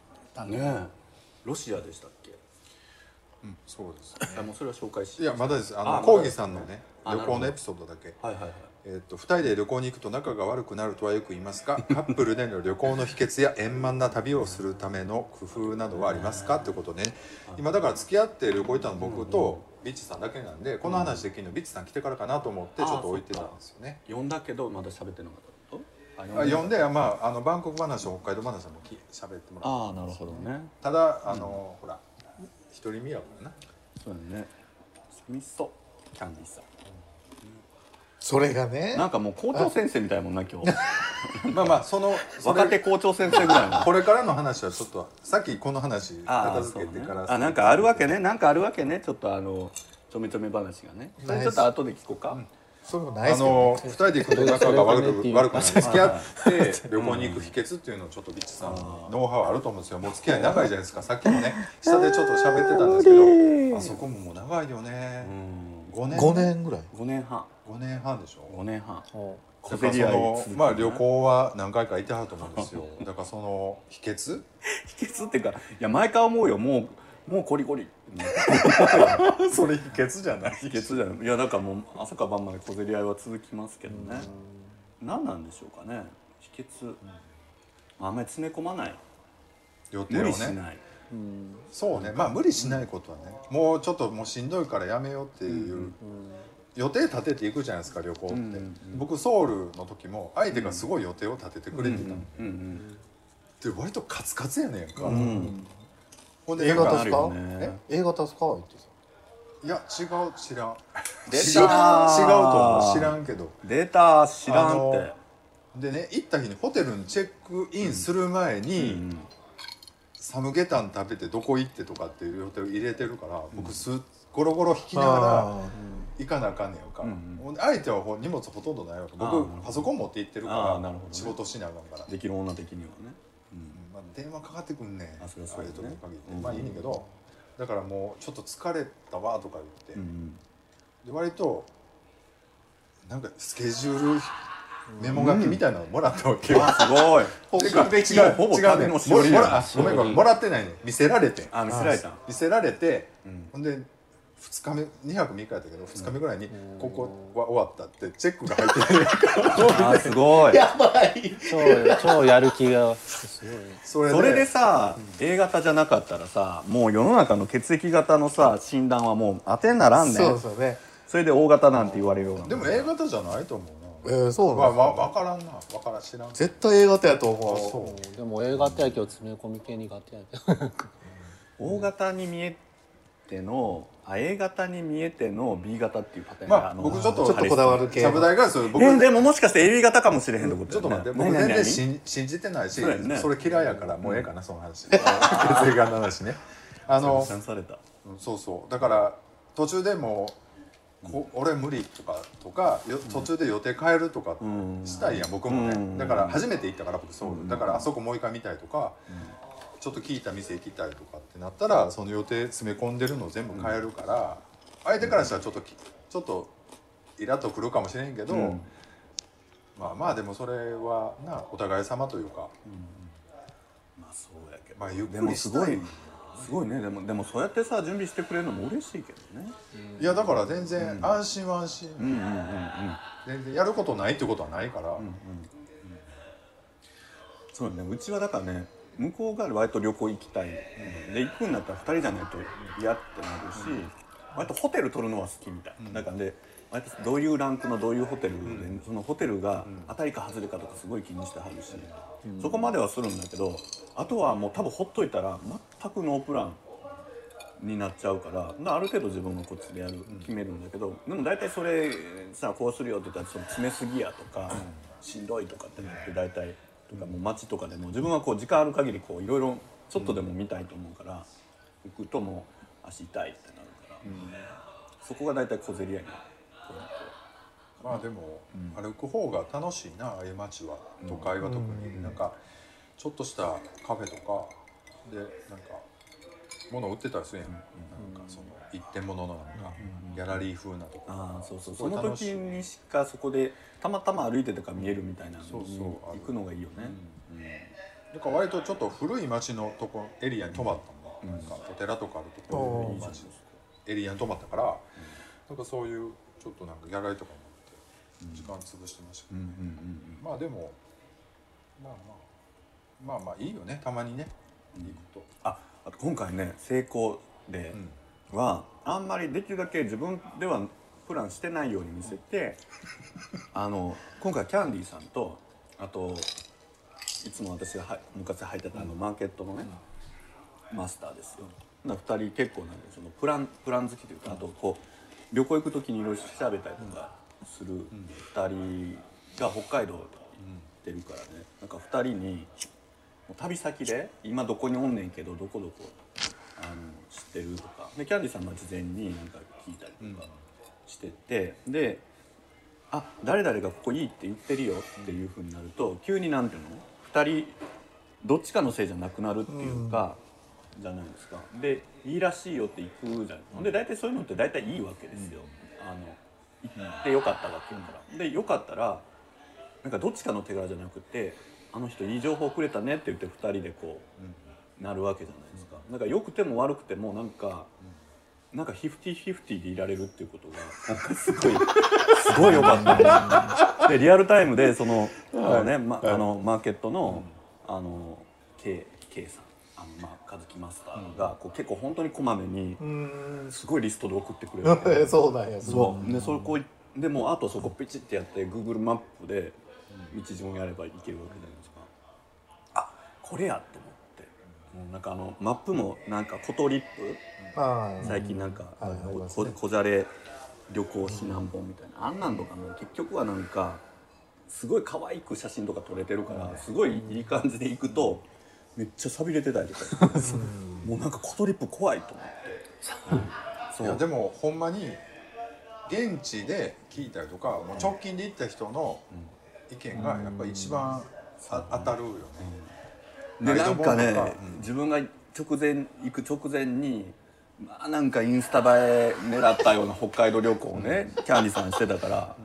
ねえロシアでしたっけ、うんそうですねあもうそれは紹介しいやまだですああのまだコーギーさんのねあ旅なるほ行どのエピソードだけはいはいはいえーっと2人で旅行に行くと仲が悪くなるとはよく言います (laughs) がカップルでの旅行の秘訣や円満な旅をするための工夫などはありますかってことで、ね、今だから付き合って旅行行ったの僕とビッチさんだけなんでこの話できるのビッチさん来てからかなと思ってちょっと置いてたんですよね。呼んだけどまだ喋ってなかったことああ呼んで、まあ、あのバンコク話北海道話もき喋ってもらうああなるほどねただあの、ほら一人見やもんなそうやね味噌キャンディーさんそれがねなんかもう校長先生みたいもんな今 (laughs) 日まあまあそのそれ (laughs) 若手校長先生ぐらいのこれからの話はちょっとさっきこの話あ片付けてからそうねあなんかあるわけねなんかあるわけねちょっとあのちょめちょめ話がねそれちょっと後で聞こうか、そういうのないあですけどの二人で行くと仲が悪それそれそれっていくう悪くなる付き合って旅行に行く秘訣っていうのをちょっとビッチさんのノウハウあると思うんですよもう付き合い長いじゃないですかさっきもね下でちょっと喋ってたんですけどあそこももう長いよね5年5年ぐらい5年半5年半でし5ょ年半おだからそ続のくねまあ旅行は何回か行ってはると思うんですよだからその秘訣秘訣っていうかいや毎回思うよもうもうコリコリそれ秘訣じゃない秘訣じゃないいやなんかもう朝から晩まで小競り合いは続きますけどね何なんでしょうかね秘訣、あんまり詰め込まない予定無を理しねないそうねまあ無理しないことはねもうちょっともうしんどいからやめようっていう予定立てていくじゃないですか旅行って、うんうんうん僕ソウルの時も相手がすごい予定を立ててくれてたの、うんうんで割とカツカツやねんか、うんほんで映な画んか出す映画あかるよねえ映画出すか言ってさいや違う知らん出違う違うたーと思う知らんけどデータ知らんって、あのでね行った日にホテルにチェックインする前に、うんサムゲタン食べてどこ行ってとかっていう予定を入れてるから僕すっゴロゴロ引きながらあー行かなあかんねやんか、うんうんほんで相手はほ荷物ほとんどないわけあーなる僕ほどパソコン持って行ってるあかーならるほどね仕事しなあかんから、できる女的にはね、うんまあ、電話かかってくんねんあそりゃそうだよねああいう時に限って、うんまあいいねんけどだからもうちょっと疲れたわとか言って、うんで割となんかスケジュールメモ書きみたいなのもらったわけよ、すごいてかで違うほぼ違う旅ねんのもしおりもらだあごめんごめんもらってないねん見せられてんあ見せられたあ見せられて、うんほんで2日目2泊3日やったけど2日目ぐらいにここは終わったってチェックが入ってるあすごい超 (laughs) 超やる気がすごいねそれ (laughs) それでさ、A 型じゃなかったらさもう世の中の血液型のさ診断はもう当てにならんねそうそそうねれで O 型なんて言われるようなでも A 型じゃないと思うえな、ー、そうまなあんですわ分からんな分からん知らん絶対 A 型やとあ思うそでも A 型やけど詰め込み系苦手やけど O 型に見えてのあ A 型に見えての B 型っていうパターンまあがの僕ちょっとちょっとこだわるう系ちゃぶ台がそれ僕、えでももしかして AB 型かもしれへんってことちょっと待って、ね僕全何然々信信じてないし、そうやんねそれ嫌いやから、もうええかな、その話。 (laughs) 血液型の話ね。あのち、ゃんとされたうんそうそう、だから、途中でもう。こ俺無理とかとかよ途中で予定変えるとかんしたいやん僕もうねんだから初めて行ったから僕ソウうんルだからあそこもう一回見たいとかちょっと聞いた店行きたいとかってなったらその予定詰め込んでるのを全部変えるから相手からしたらちょっときちょっとイラっとくるかもしれんけどうんまあまあでもそれはなお互い様というかまあそうやけど、まあゆっでくもりすしたごいいすごいねでもでもそうやってさ準備してくれるのも嬉しいけどねいやだから全然安心は安心、うんうんうんうん全然やることないってことはないから、そうねうちはだからね向こうが割と旅行行きたい、で行くんだったら2人じゃないと嫌ってなるし、割とホテル取るのは好きみたい、だからで割とどういうランクのどういうホテルで、そのホテルが当たりか外れかとかすごい気にしてはるし、そこまではするんだけどあとはもう多分ほっといたら全くノープランになっちゃうからなある程度自分がこっちでやる決めるんだけど、でも大体それさこうするよって言ったらその詰めすぎやとか、しんどいとかってなって大体とかもう街とかでも自分はこう時間ある限りこういろいろちょっとでも見たいと思うから、行くともう足痛いってなるから、そこが大体小競り合いになるまあでも、歩く方が楽しいなああいう街は都会は特に、なんかちょっとしたカフェとかでなんか物売ってたりするやん、なんかその一点物のなんか、ギャラリー風なとこああそうそうすそごいの楽時しいにしかそこでたまたま歩いてたから見えるみたいなのにそうそうあ行るくのがいいよね、なんか割とちょっと古い街のとこエリアに泊まったの、ん、なんかお寺とかあるとこうん古い街のエリアに泊まったから、なんかそういうちょっとなんかギャラリーとかもあって時間潰してましたけど、うんうんうんまあでもまあまあまあまあいいよねたまにね行くと。ああと今回ね成功では、あんまりできるだけ自分ではプランしてないように見せ (laughs) て、あの今回キャンディーさんとあといつも私がは昔入ってたあのマーケットのね、マスターですよ。な二人結構なんかそのプランプラン好きというか、あとこう旅行行く時にいろいろ調べたりとかする二人が北海道行ってるからね。なんか二人にもう旅先で今どこにおんねんけどどこどこあの知ってるとかでキャンディーさんの事前になんか聞いたりとかしてて、であ誰々がここいいって言ってるよっていうふうになると急になんていうの2人どっちかのせいじゃなくなるっていうか、じゃないですかでいいらしいよって行くじゃないで大体そういうのって大体いいわけですよ、あの行ってよかったわけだから。でよかったらなんかどっちかの手柄じゃなくてあの人いい情報くれたねって言って2人でこうなるわけじゃないですか。なんか良くても悪くてもなんか、なんかフィフティフィフティでいられるっていうことがなんかすごいすごい良かったんですでリアルタイムでそのあのね、まあのマーケットの、あの K, K さんあの、まあ、和樹マスターがこう結構本当にこまめにうん (laughs) すごいリストで送ってくれるわけうん (laughs) そうなんやすごそうでそこいでもうあとそこピチってやって Google マップで道順をやれば行けるわけじゃないですかあこれやと思ってもうなんかあのマップもなんかコトリップいああ最近なんか、はいありますここじゃれ旅行指南本みたいな、あんなんとかも結局はなんかすごい可愛く写真とか撮れてるからすごいいい感じで行くと、めっちゃ寂れてたりと (laughs) かもうなんかコトリップ怖いと思って。そいやでもほんまに現地で聞いたりとか、もう直近で行った人の意見がやっぱり一番あ当たるよね、でラなイんドかボーねンとかうん自分が直前行く直前にまあなんかインスタ映え狙ったような北海道旅行をねキャンディさんしてたから、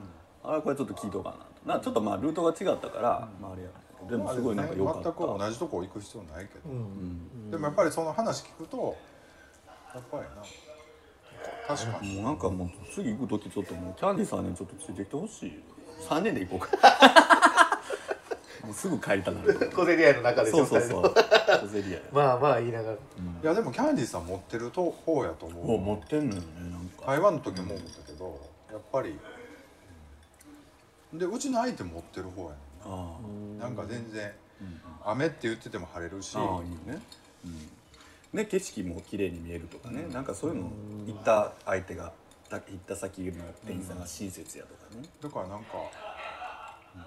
あれこれちょっと聞いとかなとなちょっとまあルートが違ったから、まああれやけどでもすごいなんか良かった、全く同じとこ行く必要ないけど、うんでもやっぱりその話聞くとやっぱりな確かにもうなんかもう次行く時ちょっともうキャンディさんにちょっとついてきてほしい3人で行こ (laughs) うかもうすぐ帰りたなる小競り合いの中でそうそう二人そのう小競り合いまあまあ言いながらいやでもキャンディーさん持ってると方やと思もうう持ってんのよねなんか台湾の時も思ったけどやっぱりでうちの相手持ってる方やねああんななんか全然雨って言ってても晴れるしああいいね、うん、ね景色も綺麗に見えるとかね、なんかそういうの行った相手がた行った先の店員さんが親切やとかね、だからなんか、うん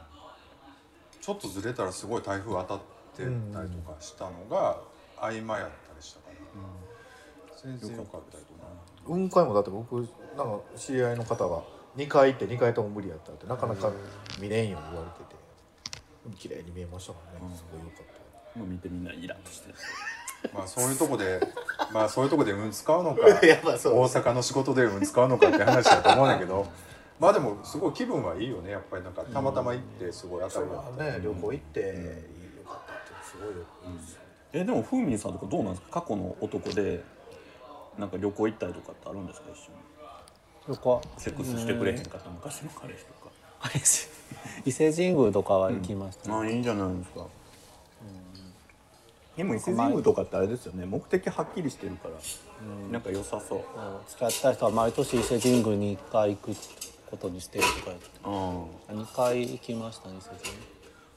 ちょっとずれたらすごい台風当たってたりとかしたのが合間やったりしたから、全然良かったりとか雲海もだって僕なんか知り合いの方が2回行って2回とも無理やったってなかなか見れんよ言われててでも綺麗に見えましたからねすごい良かったもう見てみんなイラッとしてるまあそういうとこ (laughs) でまあそういうとこで運使うのか (laughs) いやまあそう大阪の仕事で運使うのかって話だと思うんだけどまあでもすごい気分はいいよねやっぱりなんかたまたま行ってすごい当たりだったりね、旅行行って、良かったってすごいよ、えでもふーみんさんとかどうなんですか過去の男でなんか旅行行ったりとかってあるんですか一緒 (laughs) にそこセックスしてくれへんかった昔の彼氏とかあれです伊勢神宮とかは行きました、ああいいじゃないですか、でも伊勢神宮とかってあれですよね目的はっきりしてるから、なんか良さそう、うん付き合った人は毎年伊勢神宮に1回行くことにしてるとかやってうん2回行きましたね伊勢神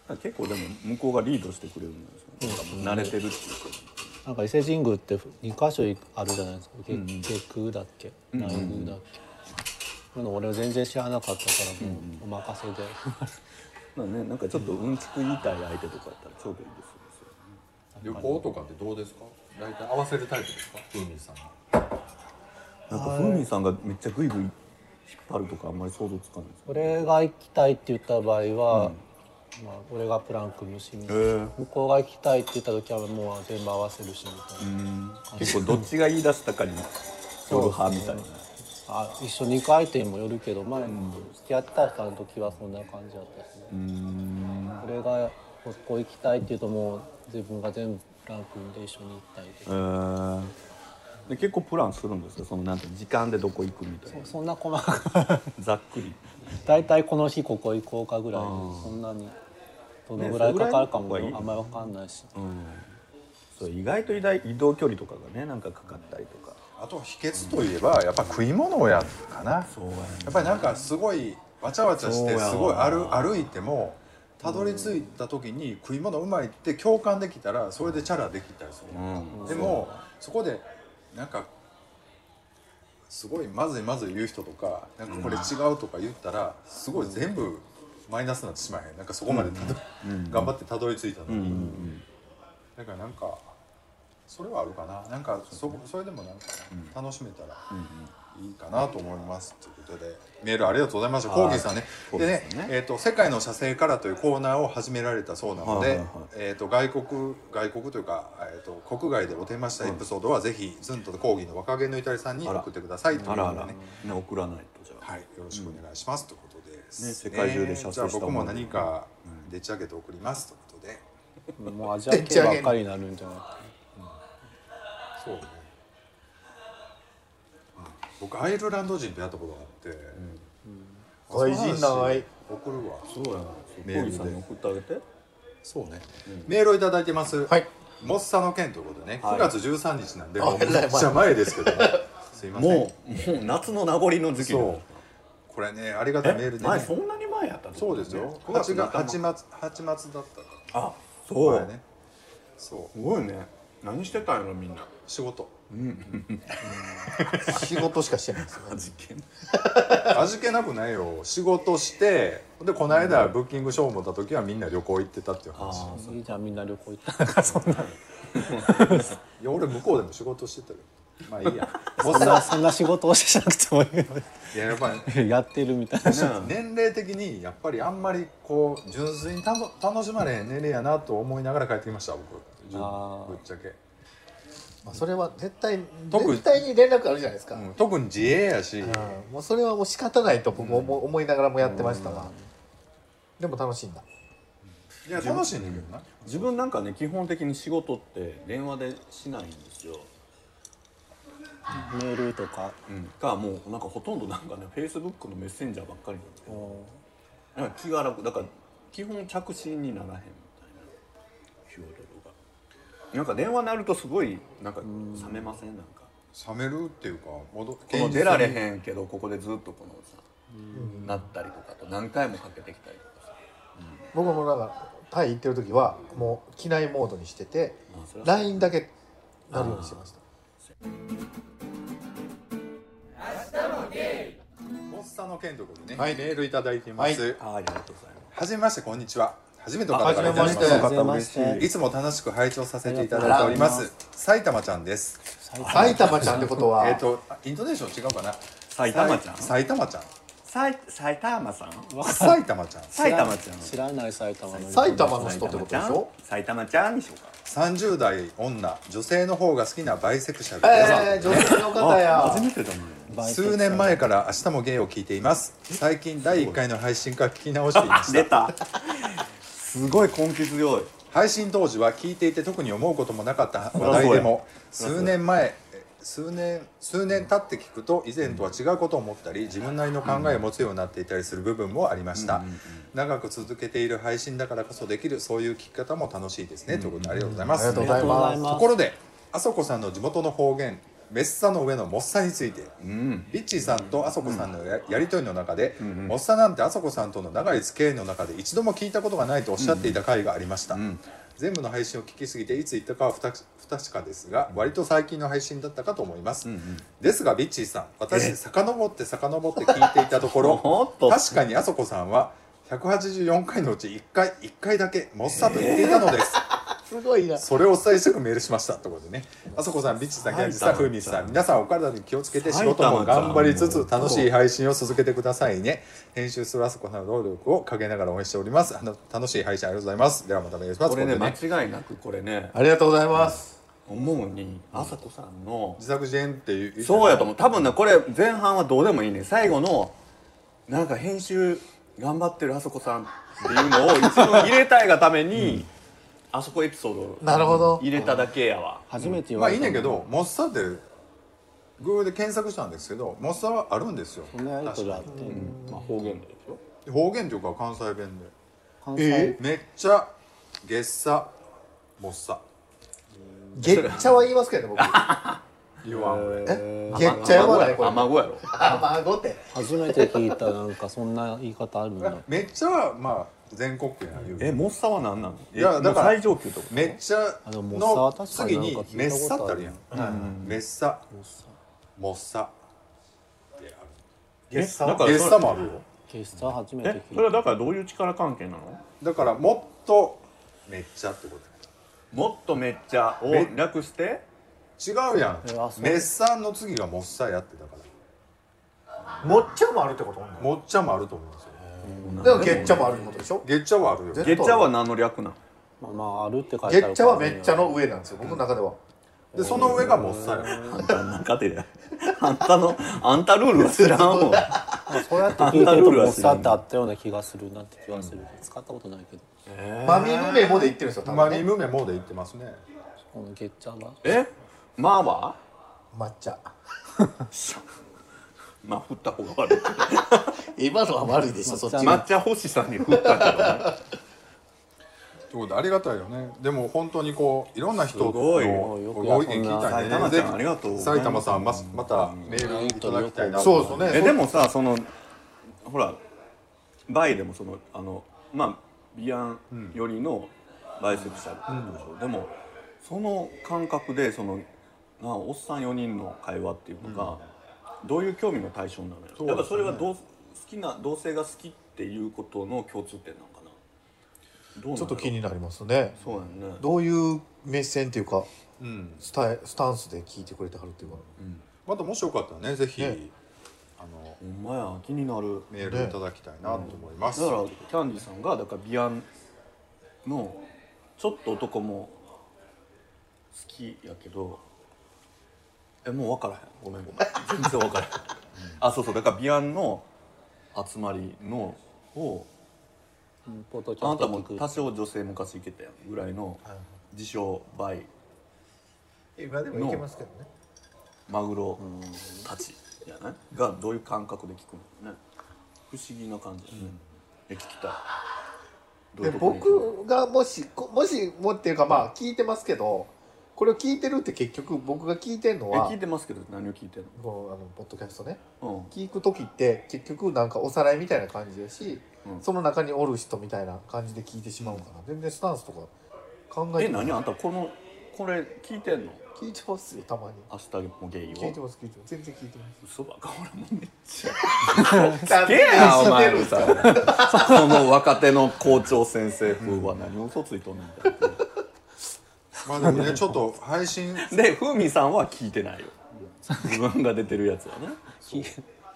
宮結構でも向こうがリードしてくれるんですよ、ね、慣れてるっていうかなんか伊勢神宮って2箇所あるじゃないですか月月宮だっけ内宮だっけ、そういうの俺全然知らなかったからもうお任せで、まあねなんかちょっとうんちく言いたい相手とかやったらちょうどいいですよ旅行とかってどうですか大体合わせるタイプですか風味さんはなんかふうみんさんがめっちゃグイグイ引っ張るとかあんまり想像つかないですよ俺が行きたいって言った場合は、まあ、俺がプラン組むし、え向こうが行きたいって言った時はもう全部合わせるしみたいな、結構どっちが言い出したかによる派みたいなあ一緒に行く相手にもよるけど前に付き合った人の時はそんな感じだったし、ね俺がここ行きたいって言うともう自分が全部プラン組んで一緒に行ったりとかえーで結構プランするんですよそのなんて時間でどこ行くみたいなそんな細 (laughs) かくざっくり大体この日ここ行こうかぐらいでそんなにどのぐらいかかるかもねそれぐらいの方がいいあんまり分かんないし、そう意外と移動移動距離とかがねなんかかかったりとかあとは秘訣といえばやっぱ食い物やかなやそうやねっぱりなんかすごいわちゃわちゃしそうてやわすごい歩歩いてもたどり着いた時に食い物うまいって共感できたらそれでチャラできたりする、でもそこでなんかすごいまずいまずい言う人とかなんかこれ違うとか言ったらすごい全部マイナスになってしまえへんなんかそこまでたど、頑張ってたどり着いたのに、だからなんかそれはあるかななんかそこそれでもなんか楽しめたらいいかなと思いますということでメールありがとうございましたコーギーさんねコーギでーねさんねえーと「世界の写生から」というコーナーを始められたそうなので、はいはいはいえー、と外国外国というか、えー、と国外でおテーマしたエピソードはぜひズンと講義の若気の至りさんにあら送ってくださいというこあとらあでらねね送らないとじゃあはい、よろしくお願いします、ということです、ね世界中で写生じゃあした僕ものも何かでっち上げて送りますということでもうアジア系ばっかりになるんじゃないそうね、うん僕アイルランド人とやったことがあって、外人な愛送るわそうやなメールでさんに送ってあげてそうね、メールをいただいてますはいモッサの件ということでね、はい9月13日なんで、あもうめっちゃ前ですけ (laughs) ど、すいません。もうもう夏の名残の時期だそう。これね、ありがたえいメールで前ね。そんなに前やったのそうですよ。 9月8月、頭8月、8月だったから。あそう、これね。そう。すごいね何してたんやろみんな仕事。仕事しかしてないですよ実験味気なくないよ。仕事して、で、この間、ブッキングショーもった時はみんな旅行行ってたっていう話。いいいじゃんみんな旅行行ったなんかそんなや、俺向こうでも仕事してたよ。まあいい (laughs) やそんなそんな仕事をしてしなくてもいいいややっぱりのにやってるみたいな年齢的にやっぱりあんまりこう純粋に楽楽しまれへん年齢やなと思いながら帰ってきました僕 (laughs) あーぶっちゃけ、まあ、それは絶対特に絶対に連絡あるじゃないですか、うん特に自営やし、うんもうそれはもう仕方ないと僕も思,、思いながらもやってましたが、でも楽しいんだいや楽しいんだけどな、自分なんかね基本的に仕事って電話でしないんですよ、メールとかがもうなんかほとんどなんかねフェイスブックのメッセンジャーばっかりなんでもなんか気が楽だから基本着信にならへんみたいな仕事とかなんか電話になるとすごいなんか冷めませんなんか冷めるっていうか戻っこの出られへんけどここでずっとこのさなったりとかと何回もかけてきたりとかさ僕もなんかタイ行ってる時はもう機内モードにしててまあそれは LINE だけなるようにしてましたモッサの件ということでね、はいメールいただいています、はあーありがとうございますはじめましてこんにちは初めての方あからいただきまはじめしましてた嬉しいはじめましていつも楽しく拝聴させていただいておりまありす埼玉ちゃんです埼玉ちゃんってことは、えっ、とあイントネーション違うかな埼玉ちゃん埼玉ちゃんさい埼玉さん埼玉ちゃん埼玉ちゃん知らない埼玉の埼玉の人ってことでしょ埼玉ちゃんにしようか30代女女性の方が好きなバイセクシャルです、えー、女性の方や (laughs) 初めてだねバイト数年前から明日もゲイを聞いています最近第1回の配信から聞き直していまし出たたすごい根気強い配信当時は聞いていて特に思うこともなかった話題でも数年前え数年数年経って聞くと以前とは違うことを思ったり自分なりの考えを持つようになっていたりする部分もありました長く続けている配信だからこそできるそういう聞き方も楽しいですねということでありがとうございまありがすとうごあざりがとういございますますところであそこさんの地元の方言メッサの上のモッサについて、リッチーさんとあそこさんのや,、やり取りの中で、モッサなんてあそこさんとの長い付き合いの中で一度も聞いたことがないとおっしゃっていた回がありました、全部の配信を聞きすぎていつ行ったかは不確不確かですが割と最近の配信だったかと思います、ですがビッチーさん私遡って遡って聞いていたとこ (laughs) おろっと確かにあそこさんは184回のうち1回1回だけモッサと言っていたのです、すごいなそれをお伝えしたくメールしましたところでねあそこさんビッチさんギャンジさんふうみんさん皆さんお体に気をつけて仕事も頑張りつつ楽しい配信を続けてくださいね編集するあそこさんの労力をかけながら応援しておりますあの楽しい配信ありがとうございますではまたメールしますこれといねうことで間違いなくこれねありがとうございます、思うにあさこさんの自作自演っていうそうやと思う多分ねこれ前半はどうでもいいね最後のなんか編集頑張ってるあそこさんっていうのを一度入れたいがために、あそこエピソードをなるほど入れただけやわ初めて言まわあいれいたねんけもどモッサってグーグルで検索したんですけどモッサはあるんですよそんなやりとりあってまあ、方言でしょ方言というか関西弁で関西めっちゃ月差モッサゲッチャは言いますけどね言わん俺僕えゲッチャやばないこれ甘子やろあ孫って初めて聞いたなんかそんな言い方あるんだめっちゃはまあ全国区やな言うてえモッサは何なのいやだかえらもう最上級とかめっちゃあでもモッサのは確か次にになんか聞いたことあるメッサってあるやん、メッサモッサゲッサだからそれゲスタもあるよゲスター初めてえそ聞れいはだからどういう力関係なのだからもっとめっちゃってこともっとめっちゃをめ略してや違うやんえあそうメッサの次がモッサやってだからもっちゃもあるってことモッチャもあると思うんですよでもゲッチャもあるってことでしょゲッチャはあるよ絶ゲッチャは何の略なのたまあまああるって書いゲてあッるチャはめっちゃの上なんですよ僕の中では、でその上がモッサやあんたの中でだよ (laughs) あんたのあんたルールは知らんもんそうやって聞いてるとモッサってあったような気がするなって気がする使ったことないけどマミムメモで言ってるんですよ多マ分、リね、ムメモで言ってますねこのゲッチャはえまあは抹茶まあ振った方が悪い今のは悪いでしょそっち抹茶欲しさに振ったけどねってことでありがたいよねでも本当にこういろんな人のすごいご意見聞いたんでね埼玉ちぜゃんありがとうごひざいます埼玉さんままたメールいただきたいなそうですよねえでもさそのほらバイでもそのあのまあビアン寄りのバイセクシャルでしょ、でもその感覚でそのなおっさん4人の会話っていうのが、どういう興味の対象なのよ、うですねやっぱそれはどう好きな同性が好きっていうことの共通点なのかなどうなのちょっと気になりますねそうやんねどういう目線っていうかうんスタイスタンスで聞いてくれてはるっていうか、うんまたもしよかったらねぜひ、ねあのほんまや気になるメールいただきたいなと思います、だからキャンディさんがだからビアンのちょっと男も好きやけどえもう分からへんごめんごめん全然分からへんあそうそうだからビアンの集まりのをうんポッドキャあなストたをも聞く多少女性昔いけたやんぐらいの自称バイ今でもいけますけどねマグロたちやねがどういう感覚で聞くのね不思議な感じやね、え聞きたいどういでうとこに行くの僕がもしこもしもっていうかまあ聞いてますけどこれを聞いてるって結局僕が聞いてるのえは聞いてますけど何を聞いてんこのあのポッドキャストねの聞く時って結局なんかおさらいみたいな感じやし、うんその中におる人みたいな感じで聞いてしまうから、全然スタンスとか考うんええてない何あんたこのこれ聞いてんの聞いてますよたまに明日もゲイ聞いてをます聞いてます全然聞いてま嘘ばっか俺もめっちゃす (laughs) すげえなお知って前るみんすかたいなその若手の校長先生風は何を嘘ついとんねんみたいなまあでもね (laughs) ちょっと配信でふみさんは聞いてないよ自分が出てるやつはね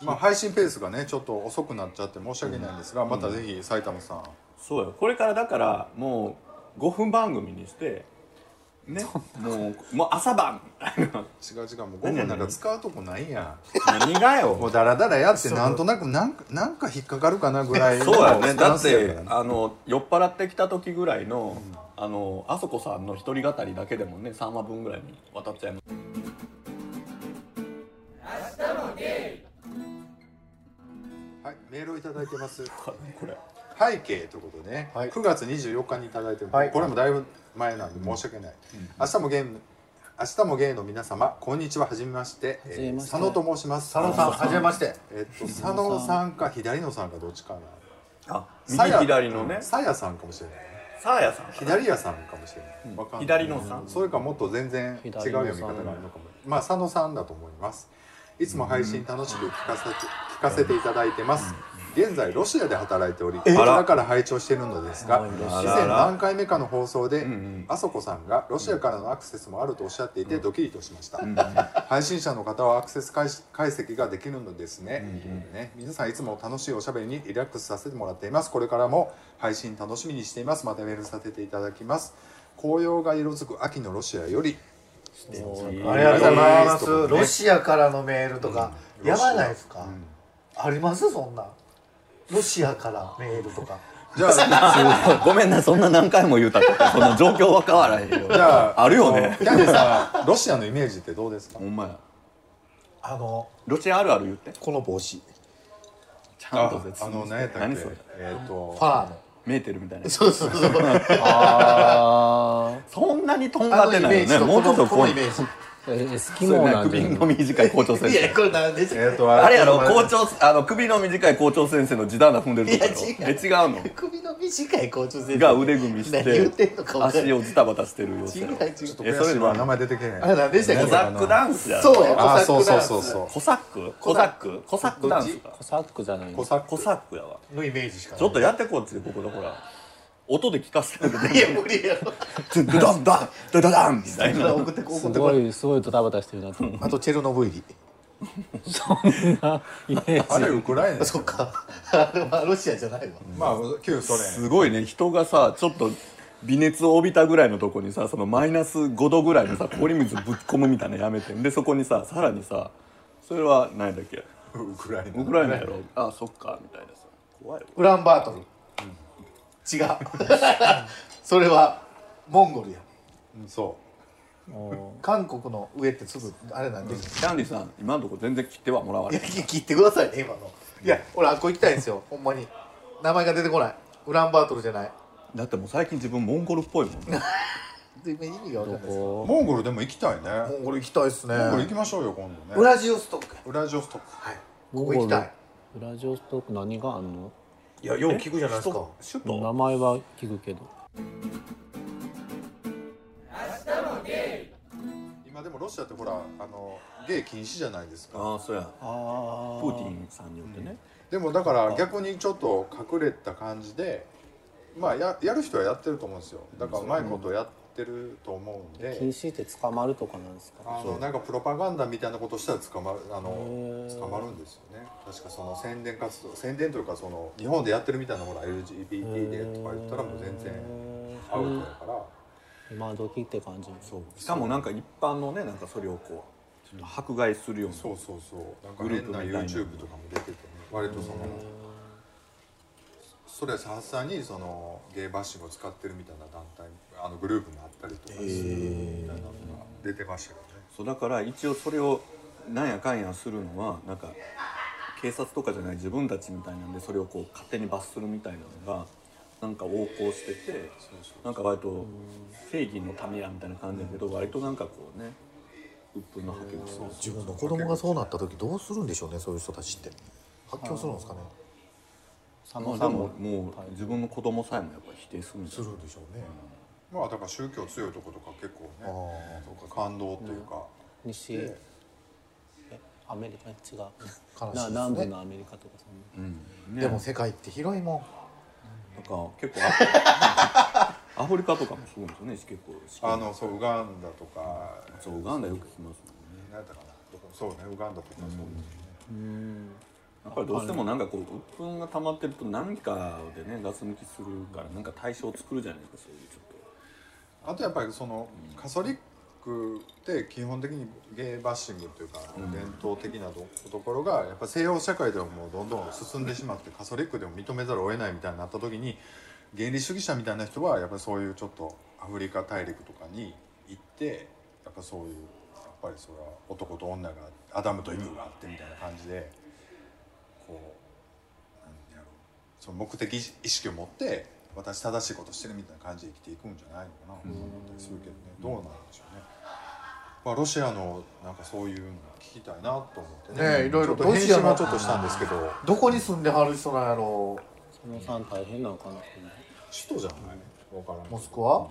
まあ配信ペースがねちょっと遅くなっちゃって申し訳ないんですが、またぜひ埼玉さん、そうよこれからだからもう5分番組にしてねもうもう朝晩違う違うもう5分なんか使うとこないや何がんもようダラダラやってなんとなくなんかなんか引っかかるかなぐらいのそうやねスタだンっスやてからねあの酔っ払ってきた時ぐらいの、あのあそこさんの一人語りだけでもね3話分ぐらいにわたっちゃいますはいメールをいただいてますからねこれ背景ということでね、はい9月24日にいただいてる、はいこれもだいぶ前なんで申し訳ない、明日もゲーム明日もゲイの皆様こんにちははじめましてじめましてえー佐野と申します佐佐野さんはじめましてえっと佐野さんか左野さんかどっちかなあさ右や左のねさやさんかもしれないさあやさんかな左屋さんかもしれない,、わかんない左野さんそれかもっと全然違う左野さん読み方があるのかもまあ佐野さんだと思いますいつも配信楽しく聞かせて,、聞かせていただいてます、現在ロシアで働いておりこちらから拝聴しているのですが以前何回目かの放送で、あそこさんがロシアからのアクセスもあるとおっしゃっていてドキリとしました、配信者の方はアクセス解し解析ができるのですね,、ね皆さんいつも楽しいおしゃべりにリラックスさせてもらっていますこれからも配信楽しみにしていますまたメールさせていただきます紅葉が色づく秋のロシアよりありがとうございますということでねロシアからのメールとか、うんやばないですか、うんありますそんなロシアからメールとかじゃあ (laughs) ごめんなそんな何回も言うたってその状況は変わらへんよじゃああるよねキャンディーさんロシアのイメージってどうですかほんまや (laughs) あのロシアあるある言ってこの帽子ちゃんあと説あ明のして何やったっけ何それえっ、とファーのメーテルみたいなそうそうそうあそんなにとんあがっのてイないメよージねともうちょっとこのこイメうージあエスキそうモやななんじゃ首ないの短い校長先いや生これなんでしょえっ、とあれやろちょっと校待って長あの首の短い校長先生の地団が踏んでるとこいややろ違えう違うの首の短い校長先生が腕組みし何言っててんのか分かんない足をズタバタしてる様子違やうろ違うえ悔そしれいはわ名前出てけへんあれ何でしたっコけザックダンスやろそうやあーそうそうダンスそうそうコサックコザックコサックダンスかコサックじゃないコサッコクサックやわのイメージしかないちょっとやってこっちここでほら音で聞かせていや無理やろドダンダンドダダンみたいな送ってこす送って (laughs) ごこいいすごいドタバタしてるなと思うあとチェルノブイリイメージあれウクライナですそっよかあれはロシアじゃないわまあ旧ソ連すごいね人がさちょっと微熱を帯びたぐらいのとこにさそのマイナス5度ぐらいのさ氷水ぶっ込むみたいなのやめてでそこにささらにさそれは何だっけウクライナウクライナやろあそっかみたいなさ怖いよウランバートル、 (laughs) 違うそれはモンゴルやうんそ韓国の上ってすぐあれなんで、いキャンディさん今のとこ全然切ってはもらわなやい聞いてくださいね今のいや俺あっこ行きたいんですよほんまに名前が出てこないウランバートルじゃないだってもう最近自分モンゴルっぽいもん (laughs) ねで意味が分かんないですモうモンゴルでも行きたいねモンゴル行きたいですねンゴル行きましょうよ今度ねウラジオストクウラジオストクここ行きたいウラジオストク何があんのいやよう聞くじゃないですか首名都前は聞くけど今でもロシアってほらあのゲイ禁止じゃないですかああそうやプーティンさんによってねでもだから逆にちょっと隠れた感じでまあややる人はやってると思うんですよだからうまいことやってってると思うんで禁止って捕まるとかなんですかあのなんかプロパガンダみたいなことしたら捕まるあのへー捕まるんですよね確かその宣伝活動宣伝というかその日本でやってるみたいなほら LGBT でとか言ったらもう全然アウトやから今時って感じそうしかもなんか一般のねなんかそれをこうちょっと迫害するようなそうそうそうなんかグルー変プなみたいな YouTube とかも出ててね割とそのそれはさすがにそのゲイバッシングを使ってるみたいな団体あのグループもあったりとかするみたいなのが出てましたけどねそうだから一応それをなんやかんやするのはなんか警察とかじゃない自分たちみたいなんでそれをこう勝手に罰するみたいなのがなんか横行しててなんか割と正義の民やみたいな感じだけど割となんかこうね鬱憤の吐け口自分の子供がそうなった時どうするんでしょうねそういう人たちって発狂するんですかね佐ま野あさでんもももう自分の子供さえもやっぱ否定するんですするでしょうねまあだから宗教強いとことか結構ねあそうか感動というか、西えアメリカ違う、悲しいですねな南部のアメリカとかそんなあでも世界って広いもんなんか結構 (laughs) アフアフリカとかもすごいんですよね結構あのそうウガンダとか、そうウガンダよく聞きますもんね何やったかなそうねウガンダとかそうですね、やっぱりどうしてもなんかこう鬱憤が溜まってると何かでねガス抜きするからなんか対象を作るじゃないですかそういうちょっあとやっぱりそのカソリックって基本的にゲイバッシングというか伝統的なとところがやっぱ西洋社会ではもうどんどん進んでしまってカソリックでも認めざるを得ないみたいになった時に原理主義者みたいな人はやっぱりそういうちょっとアフリカ大陸とかに行ってやっぱそういうやっぱりそれは男と女がアダムとイブがあってみたいな感じでこうなんやろうその目的意識を持って私正しいことしてるみたいな感じで生きていくんじゃないのかなと思ったりするけどねどうなんでしょうね、まあ、ロシアのなんかそういうの聞きたいなと思ってねえいろいろちょっと返信はロシちアょのっとしたんですけどどこに住んではる人なんやろ佐野さん大変なのかな首都じゃないわからモんスクワ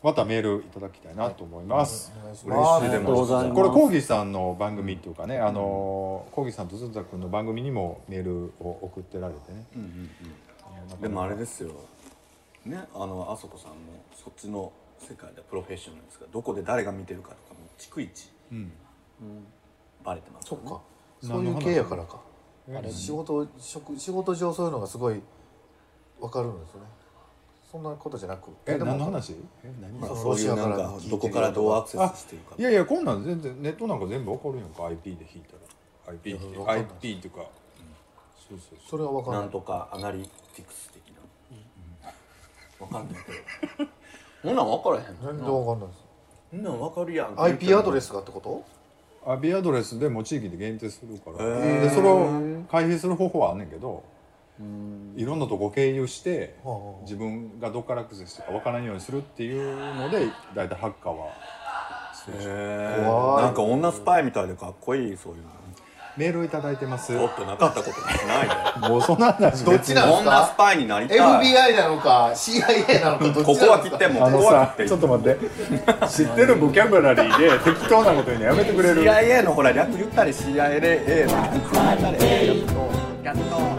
またメールいただきたいなと思います、お願いし嬉ましいすでありがとうございもますこれコーギーさんの番組っていうかね、あのコーギーさんとズンザ君の番組にもメールを送ってられてね、とでもあれですよねあのあそこさんもそっちの世界でプロフェッショナルですからどこで誰が見てるかとかも逐一、バレてますそよっねかそういう系やからかあれ仕事職仕事上そういうのがすごいわかるんですよねそんなことじゃなくえでも何の話え何まあそうそういうなんロシアからか聞いてるどこからどうアクセスしてるかいやいやこんなん全然ネットなんか全部わかるやんか IP で引いたら IP っていやわかんない IP っていうか、そうそうそれはわかんななんいとかアナリティクス的な、わかんないけどそんなん分からへん全然わかんないですそんなん分かるやん IP アドレススがってことそう IP アドレスでもう地域で限定するから、へーでそれを開閉する方法はあんねんけどいろんなとこ経由してはあはあ自分がどっからアクセスしてかわからんようにするっていうので大体ハッカーはへ怖ーいなんか女スパイみたいでかっこいいそういうのメールをいただいてますちょっとなかったことないでもうそんなん話どっちなんです女スかパイになりたい FBI なのか CIA なのかどっちなんですかここは切ってもあうのここさは切ってちょっと待って (laughs) 知ってるボキャブラリーで適当なこと言うのやめてくれる CIA のほら略言ったり CIA の略言ったりやっとやっと